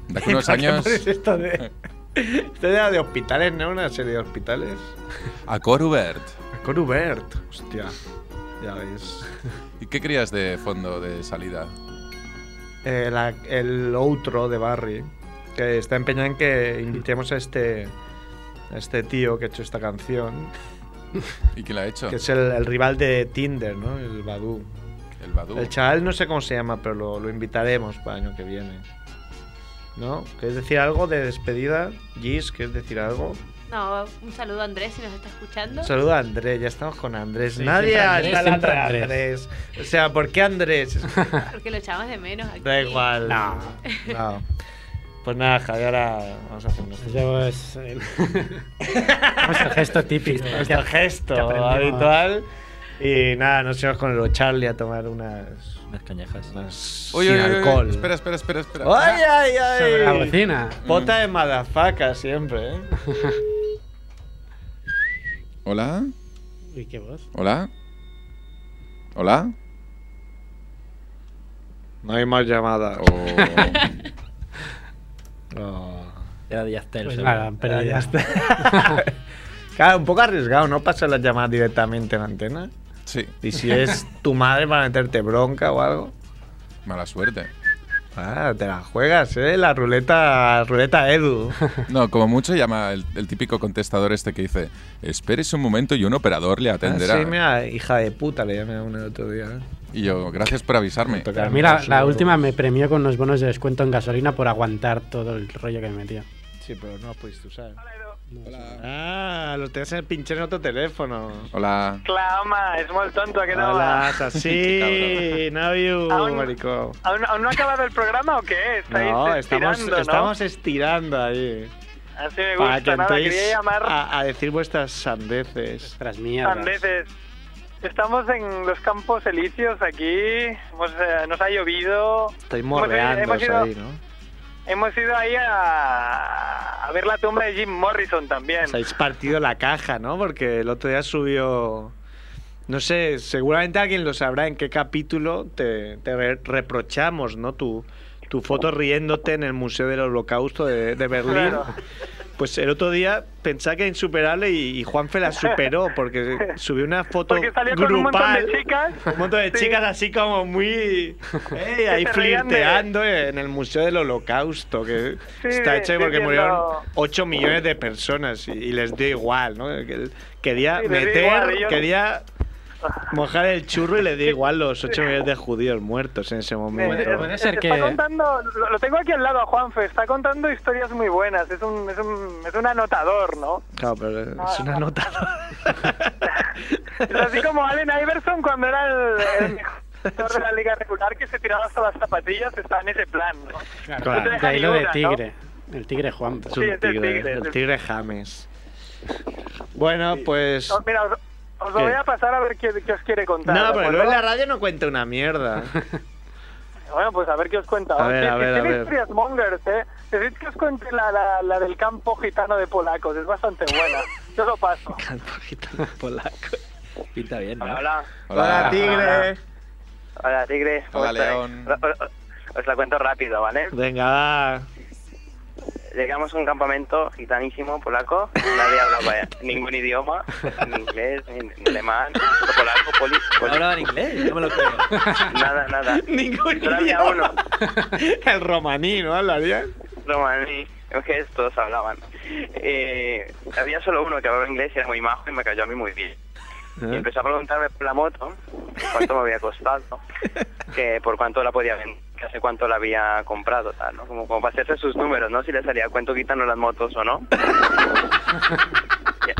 De aquí a unos ¿Para qué años- pones Esto de, esto ya de hospitales, ¿no? Una serie de hospitales. A Corubert. A Corubert. Hostia. Ya ves. ¿Y qué querías de fondo de salida? Eh, la- el outro de Barry, que está empeñado en que invitemos a este, a este tío que ha hecho esta canción, ¿Y quién la ha hecho? que es el, el rival de Tinder, ¿no? El Badu. El Badu. El chaval no sé cómo se llama, pero lo, lo invitaremos para el año que viene. ¿No? ¿Quieres decir algo de despedida? Gis, ¿quieres decir algo? No, un saludo a Andrés si nos está escuchando. Saluda a Andrés, ya estamos con Andrés. Sí, Nadie siempre Andrés, está hablando siempre de Andrés. Andrés. O sea, ¿por qué Andrés? Es que- Porque lo echamos de menos aquí. Da igual. No. Pues nada, Javi, ahora vamos a hacer unos. Llevas el... el gesto típico. Nuestro gesto que aprendemos. habitual. Y nada, nos íbamos con el Charlie a tomar unas. Unas cañejas. sin alcohol. Espera, espera, espera, espera. Mm. ¡Ay, ay, ay! Sobre la bocina. Bota de madafaca siempre, ¿eh? ¿Hola? Uy, qué voz. ¿Hola? ¿Hola? No hay más llamadas. Oh. Era Díaz Tel, Pues seguro. nada, pero ya está. claro, un poco arriesgado, ¿no? Pasar las llamadas directamente en antena. Sí. Y si es tu madre para meterte bronca o algo. Mala suerte. Ah, te la juegas, ¿eh? La ruleta, ruleta Edu. No, como mucho llama el, el típico contestador este que dice, esperes un momento y un operador le atenderá. Ah, sí, mira, hija de puta, le llamé a una el otro día. ¿eh? Y yo, gracias por avisarme. Tocar A mí la, la última me premió con unos bonos de descuento en gasolina por aguantar todo el rollo que me metía. Sí, pero no lo pudiste usar. Hola. Ah, lo tenías en el pinche en otro teléfono. Hola. Clama, és molt tonto aquest Hola, home. así, no you, Aún- maricó. ¿Aún, aún no ha acabado el programa o qué? Estáis No, estamos, estirando, ¿no? estamos estirando ahí. Así me Para que gusta, nada, quería entréis llamar a, a decir vuestras sandeces. Nuestras sandeces. Estamos en los campos elíseos aquí, hemos, eh, nos ha llovido, Estáis Hemos ido- morreando hemos ido- ahí, ¿no? hemos ido ahí a, a ver la tumba de Jim Morrison también. Os habéis partido la caja, ¿no? Porque el otro día subió. No sé, seguramente alguien lo sabrá en qué capítulo te, te re- reprochamos, ¿no? Tu, tu foto riéndote en el Museo del Holocausto de, de Berlín. Claro. Pues el otro día pensaba que era insuperable y, y Juanfe la superó porque subió una foto Porque salió con un grupal. montón de chicas. Un montón de chicas así como muy. ¡Ey! Ahí se reían de- flirteando en el Museo del Holocausto, que Sí, está hecho porque diciendo- murieron 8 millones de personas y, y les dio igual, ¿no? Que él Quería Sí, les dio meter, igual, ellos- quería mojar el churro y le dio igual los 8 millones de judíos muertos en ese Me- momento. es- está contando, lo, lo tengo aquí al lado a Juanfe, está contando historias muy buenas, es un, es un, es un anotador, ¿no? Claro, pero Ah, es una nota. Es así como Allen Iverson cuando era el, el mejor de la liga regular que se tiraba hasta las zapatillas, está en ese plan, ¿no? No te de deja ahí lo de ninguna, ¿no? tigre. El tigre Juan. Es un tigre, el tigre James. Bueno, pues. No, mira, os, os lo ¿Qué? voy a pasar a ver qué, qué os quiere contar. No, ¿de pero luego en acuerdo? la radio no cuenta una mierda. Bueno, pues a ver qué os cuenta. A ver, Tiene- a ver, a tiene ver. historias mongers, ¿eh? Decid que os cuente la, la, la del campo gitano de polacos, es bastante buena. Yo os lo paso. Polaco. Pinta bien, ¿no? Hola. Hola, Tigre. Hola, Tigre. ¿Cómo Hola, estáis? León. Os- Os la cuento rápido, ¿vale? Venga, va. llegamos a un campamento gitanísimo polaco, nadie hablaba ningún idioma, ni inglés, ni alemán, ni polaco, poli, poli- Hablaban inglés, no me lo creo. nada, nada. Ningún Solo había idioma. uno, El romaní, ¿no? Hablaría. romaní, es que todos hablaban. Eh, había solo uno que hablaba inglés y era muy majo y me cayó a mí muy bien. ¿Eh? Y empezó a preguntarme por la moto, cuánto me había costado, que por cuánto la podía vender, que hace cuánto la había comprado, tal, ¿no? Como, como para hacerse sus números, ¿no? Si le salía a cuento quitando las motos o no.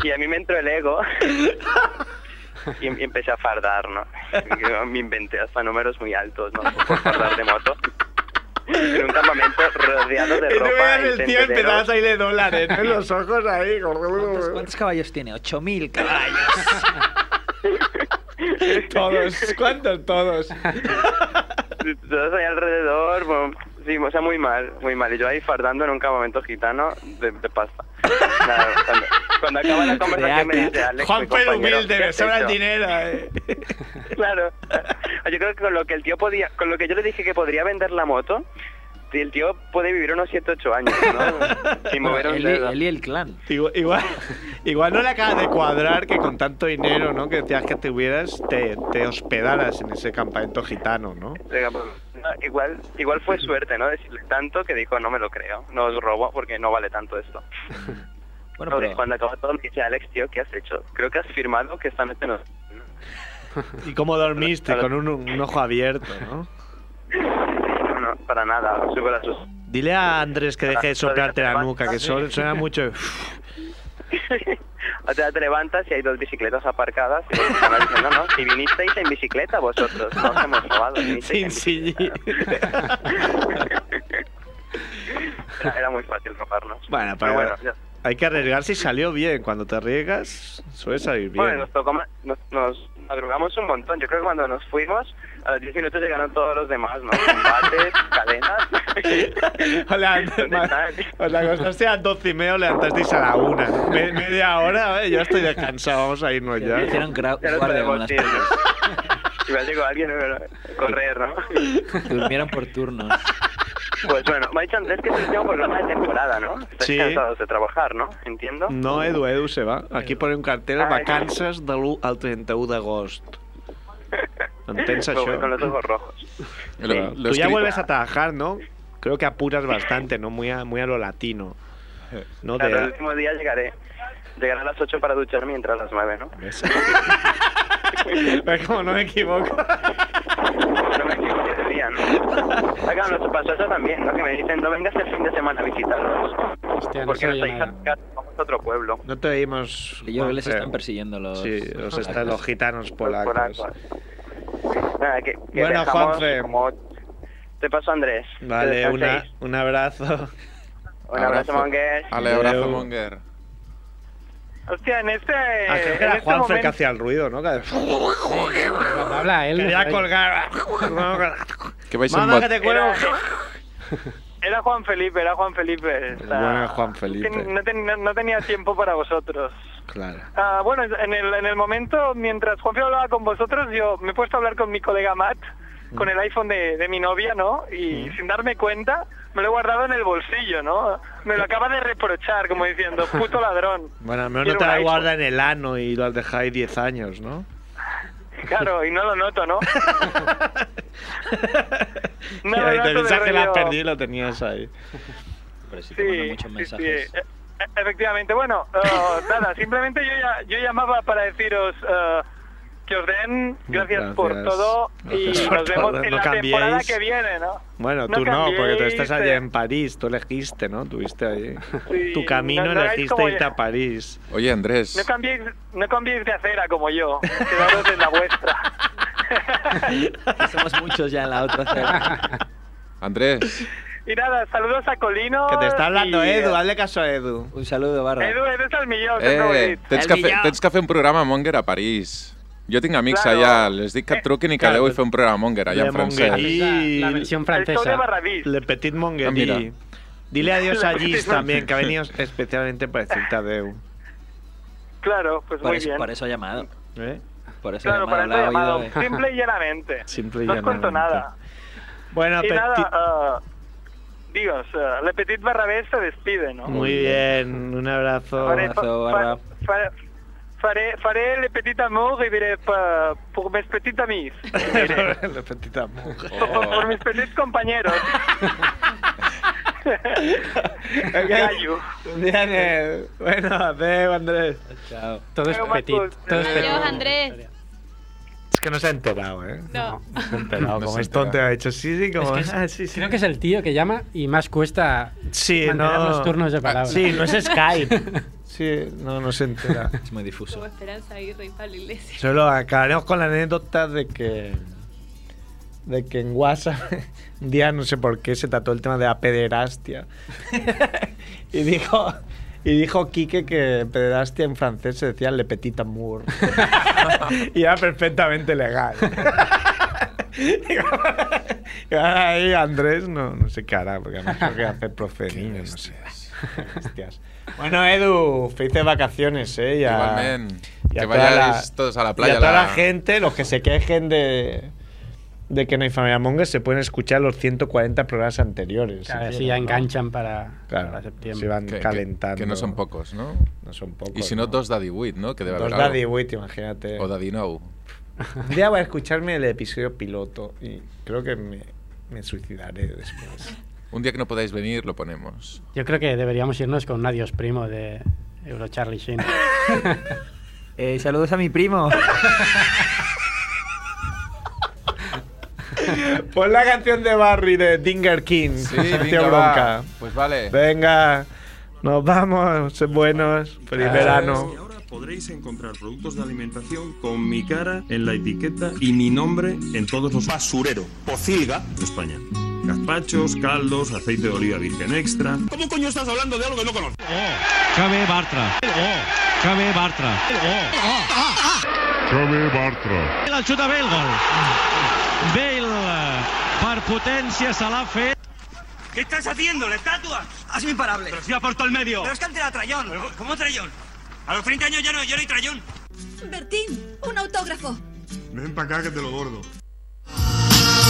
Y, y a mí me entró el ego y, y empecé a fardar, ¿no? Yo me inventé hasta números muy altos, ¿no? Por fardar de moto. En un campamento rodeado de Y tú ropa veías y el tío empezaba a tenderos. salirle dólares, ¿no? En ¿eh? los ojos ahí. ¿Cuántos, cuántos caballos tiene? 8.000 caballos. Todos. ¿Cuántos? Todos. todos ahí alrededor, bueno, sí, o sea, muy mal, muy mal. Y yo ahí fardando en un campamento gitano de, de pasta. Nada, cuando, cuando acaba la conversación me dice Alex, mi Juan Pedro compañero, humilde, ¿qué me has sobra el hecho? dinero, eh. Claro. Yo creo que con lo que el tío podía, con lo que yo le dije que podría vender la moto, sí, el tío puede vivir unos 7, 8 años, ¿no? Sin mover un él, y- dedo. él y el clan. Igual, igual, igual no le acabas de cuadrar que con tanto dinero, ¿no? Que decías que tuvieras, te, te hospedaras en ese campamento gitano, ¿no? Oiga, pues, no, Igual, igual fue suerte, ¿no? Decirle tanto que dijo, no me lo creo, no os robo porque no vale tanto esto. Bueno, Porque pero- Cuando acabó todo me dice, Alex, tío, ¿qué has hecho? Creo que has firmado que esta noche no... Y cómo dormiste, con un, un ojo abierto, ¿no? No, no, para nada, súper asustado. Dile a Andrés que deje de soplarte la nuca, que sol- suena mucho. O sea, te levantas y hay dos bicicletas aparcadas y te están diciendo, no, no, si vinisteis en bicicleta vosotros, no os hemos robado, vinisteis en bicicleta. era, era muy fácil robarnos. Bueno, Pero pero bueno, ya. hay que arriesgarse y salió bien. Cuando te arriesgas, suele salir bien. Bueno, nos, tocó, ma- nos, nos madrugamos un montón. Yo creo que cuando nos fuimos, a los 10 minutos llegaron todos los demás, ¿no? Combates, cadenas. Hola, Os la acostaste a las 12 y media, levantasteis a la una. Me- media hora, ¿eh? yo estoy descansado, vamos a irnos ya. Hicieron gra- Ya no guardia con sabemos las si Igual llegó alguien a correr, ¿no? Durmieron por turnos. Pues bueno, me ha dicho Andrés que es el último programa de temporada, ¿no? Estáis Sí. cansados de trabajar, ¿no? Entiendo. No, Edu, Edu se va. Aquí pone un cartel Ah, vacances de l'1 al 31 d'agost. Entens Me voy això? Con los ojos rojos. Lo- lo Tú ya escri- vuelves a trabajar, ¿no? Creo que apuras bastante, ¿no? Muy a, muy a lo latino. ¿No? Claro, el De, último día llegaré. Llegaré a las 8 para ducharme y entrar a las 9, ¿no? Ves Pues como no me equivoco. Ese día, ¿no? Acá nos pasó eso también, ¿no? Que me dicen, no vengas el fin de semana a visitarnos. no porque se nos oye estáis nada. acercando, vamos a otro pueblo. No te oímos. Ellos les Juanfe. están persiguiendo los. Sí, los, está- los gitanos polacos. Nada, que, que Bueno, dejamos Juanfe. como- Te paso, Andrés. Que Vale, una, descanséis. un abrazo. Un abrazo, Monger. Ale, abrazo, Monger. Hostia, en este... Ah, creo que era Juanfer que hacía el ruido, ¿no? Que- Habla él. Quería ¿no? colgar. Que vais Mamá, en que bot- te cuelgo. Era Juan Felipe, era Juan Felipe. Está- bueno Juan Felipe. Ten- no, ten- no- no tenía tiempo para vosotros. Claro. Ah, bueno, en el, en el momento, mientras Juanfe hablaba con vosotros, yo me he puesto a hablar con mi colega Matt, con el iPhone de, de mi novia, ¿no? Y sin darme cuenta, me lo he guardado en el bolsillo, ¿no? Me lo acaba de reprochar, como diciendo, puto ladrón. Bueno, al menos Quiero no te un la iPhone. guarda en el ano y lo has dejado ahí 10 años, ¿no? Claro, y no lo noto, ¿no? No, y no, te eso pensás de que la has rollo- perdido y lo tenías ahí. sí, sí. E- e- Efectivamente, bueno, eh, nada, simplemente yo, ya- yo llamaba para deciros eh, que os den gracias, por Gracias. todo y Gracias por nos vemos todo. en No la temporada cambiéis. que viene, ¿no? Bueno, No tú no, porque tú cambiéis, estás allí en París, tú elegiste, ¿no? Tuviste allí. tu camino no- no hagáis elegiste como irte yo. a París. Oye, Andrés. No cambiéis, no cambiéis de acera como yo, quedaros en la vuestra. Somos muchos ya en la otra acera. Andrés. Y nada, saludos a Colino. Que te está hablando y, Edu, eh, hazle caso a Edu. Un saludo, Barra. Edu, Edu es el millón, sempre ho he Eh, dit. tens, que fer, tens que fer un programa Monger a París. Jo tinc amics Claro. allà, les dic que et truquin i que Claro. deu fer un programa Monger allà Le en francès. Monguerí. La versión El show de francesa. Barrabís. Le Petit Ah, Monguerí. mira. Dile adiós Le a Petit Gis Mon- también, que ha venido especialmente para decirte adeu. Claro, pues Por muy eso, bien. por eso ha llamado. ¿Eh? Por eso ha Claro, llamado. para eso he la ha oído llamado, de- simple y llanamente. Simple y no os cuento llanamente. nada. Bueno, y Petit... nada, ah, Digo, o sea, Le Petit Barrabés se despide, ¿no? Muy bien, un abrazo. Faré, fa- faré, faré Le Petit Amour y diré pa- por mis petits amis. Le petit amour. Por, por mis petits compañeros. Gallo. Bien, bueno, adeu, Andrés. Chao. Todo es Adeu, petit, Marcos. todo es petit. Adiós, Andrés. Es que no se ha enterado, ¿eh? No. Se ha enterado, No como se es tonto, ha hecho sí, sí, como... Es que es- ah, sí, sí. Creo que es el tío que llama y más cuesta Sí, mantener no. Ah, los turnos de palabra. Sí, no es Skype. Sí, no, no se entera. Es muy difuso. Como Esperanza Aguirre y Pablo Iglesias. Solo acabaremos con la anécdota de que. de que en WhatsApp un día, no sé por qué, se trató el tema de la pederastia. y dijo. Y dijo Quique que pederastia en francés se decía le petit amour. y era perfectamente legal. Y ahí Andrés no, no sé qué hará, porque además creo que hace profe de niños, no sé. Hostias. Bueno, Edu, felices vacaciones, ¿eh? Ya, Igualmente. y a Que toda vayáis todos a la playa, Y a toda la... la- gente, los que se quejen de, de que no hay familia Monger, se pueden escuchar los 140 programas anteriores. Claro, si así ya quieren, ¿no? enganchan para, Claro, para septiembre. se van Que- que- calentando. Que, no son pocos, ¿no? No son pocos. Y si no, dos Daddy Wit, ¿no? Que debe Dos haber algo. Daddy Wit, imagínate. O Daddy No. Un día voy a escucharme el episodio piloto y creo que me, me suicidaré después. Un día que no podáis venir, lo ponemos. Yo creo que deberíamos irnos con un adiós primo de Eurocharlie Sheen. Eh, saludos a mi primo. Pon la canción de Barry de Dinger King. Sí, Santiago venga, va. bronca. Pues vale. Venga, nos vamos. sed buenos. Feliz verano. Y ahora podréis encontrar productos de alimentación con mi cara en la etiqueta y mi nombre en todos los basureros. Pocilga. de España. Gazpachos, caldos, aceite de oliva virgen extra. ¿Cómo coño estás hablando de algo que no conozco? Oh, KB Bartra. Oh, KB Bartra. Oh. Xavi Bartra. La xuta bé el gol. Bale, eh, per potència, se l'ha fet. ¿Qué estás haciendo, la estatua? Hazme imparable. Pero si ha puesto el medio. Pero es que antes era Trayón. ¿Cómo Trayón? A los 30 años ya no, yo no hay Trayón. Bertín, un autógrafo. Ven para acá que te lo gordo.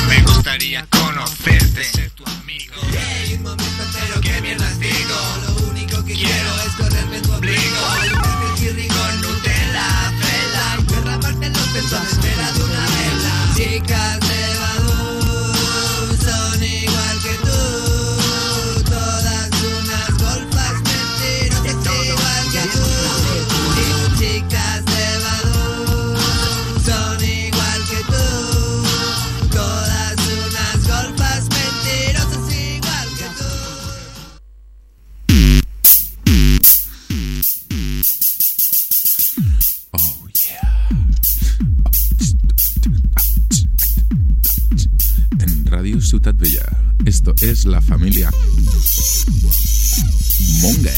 Me gustaría conocerte, ser tu amigo. Hey, un momento entero, ¿qué mierdas digo? Lo único que quiero es correrme tu ombligo. Alimentarme el chirri con Nutella, vela. Y derramarte los pezones de la luna vela. Chicas de Badoo son igual que tú. Todas unas golfas mentirosas igual que tú. Chicas de Badoo son igual que tú. Todas unas golfas mentirosas igual que tú. En Radio Ciutat Vella, esto es la familia Monger.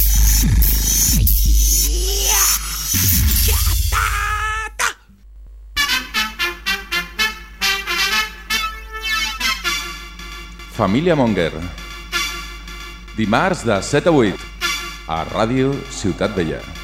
Família Monger. Dimarts de 7 a 8 a Ràdio Ciutat Vella.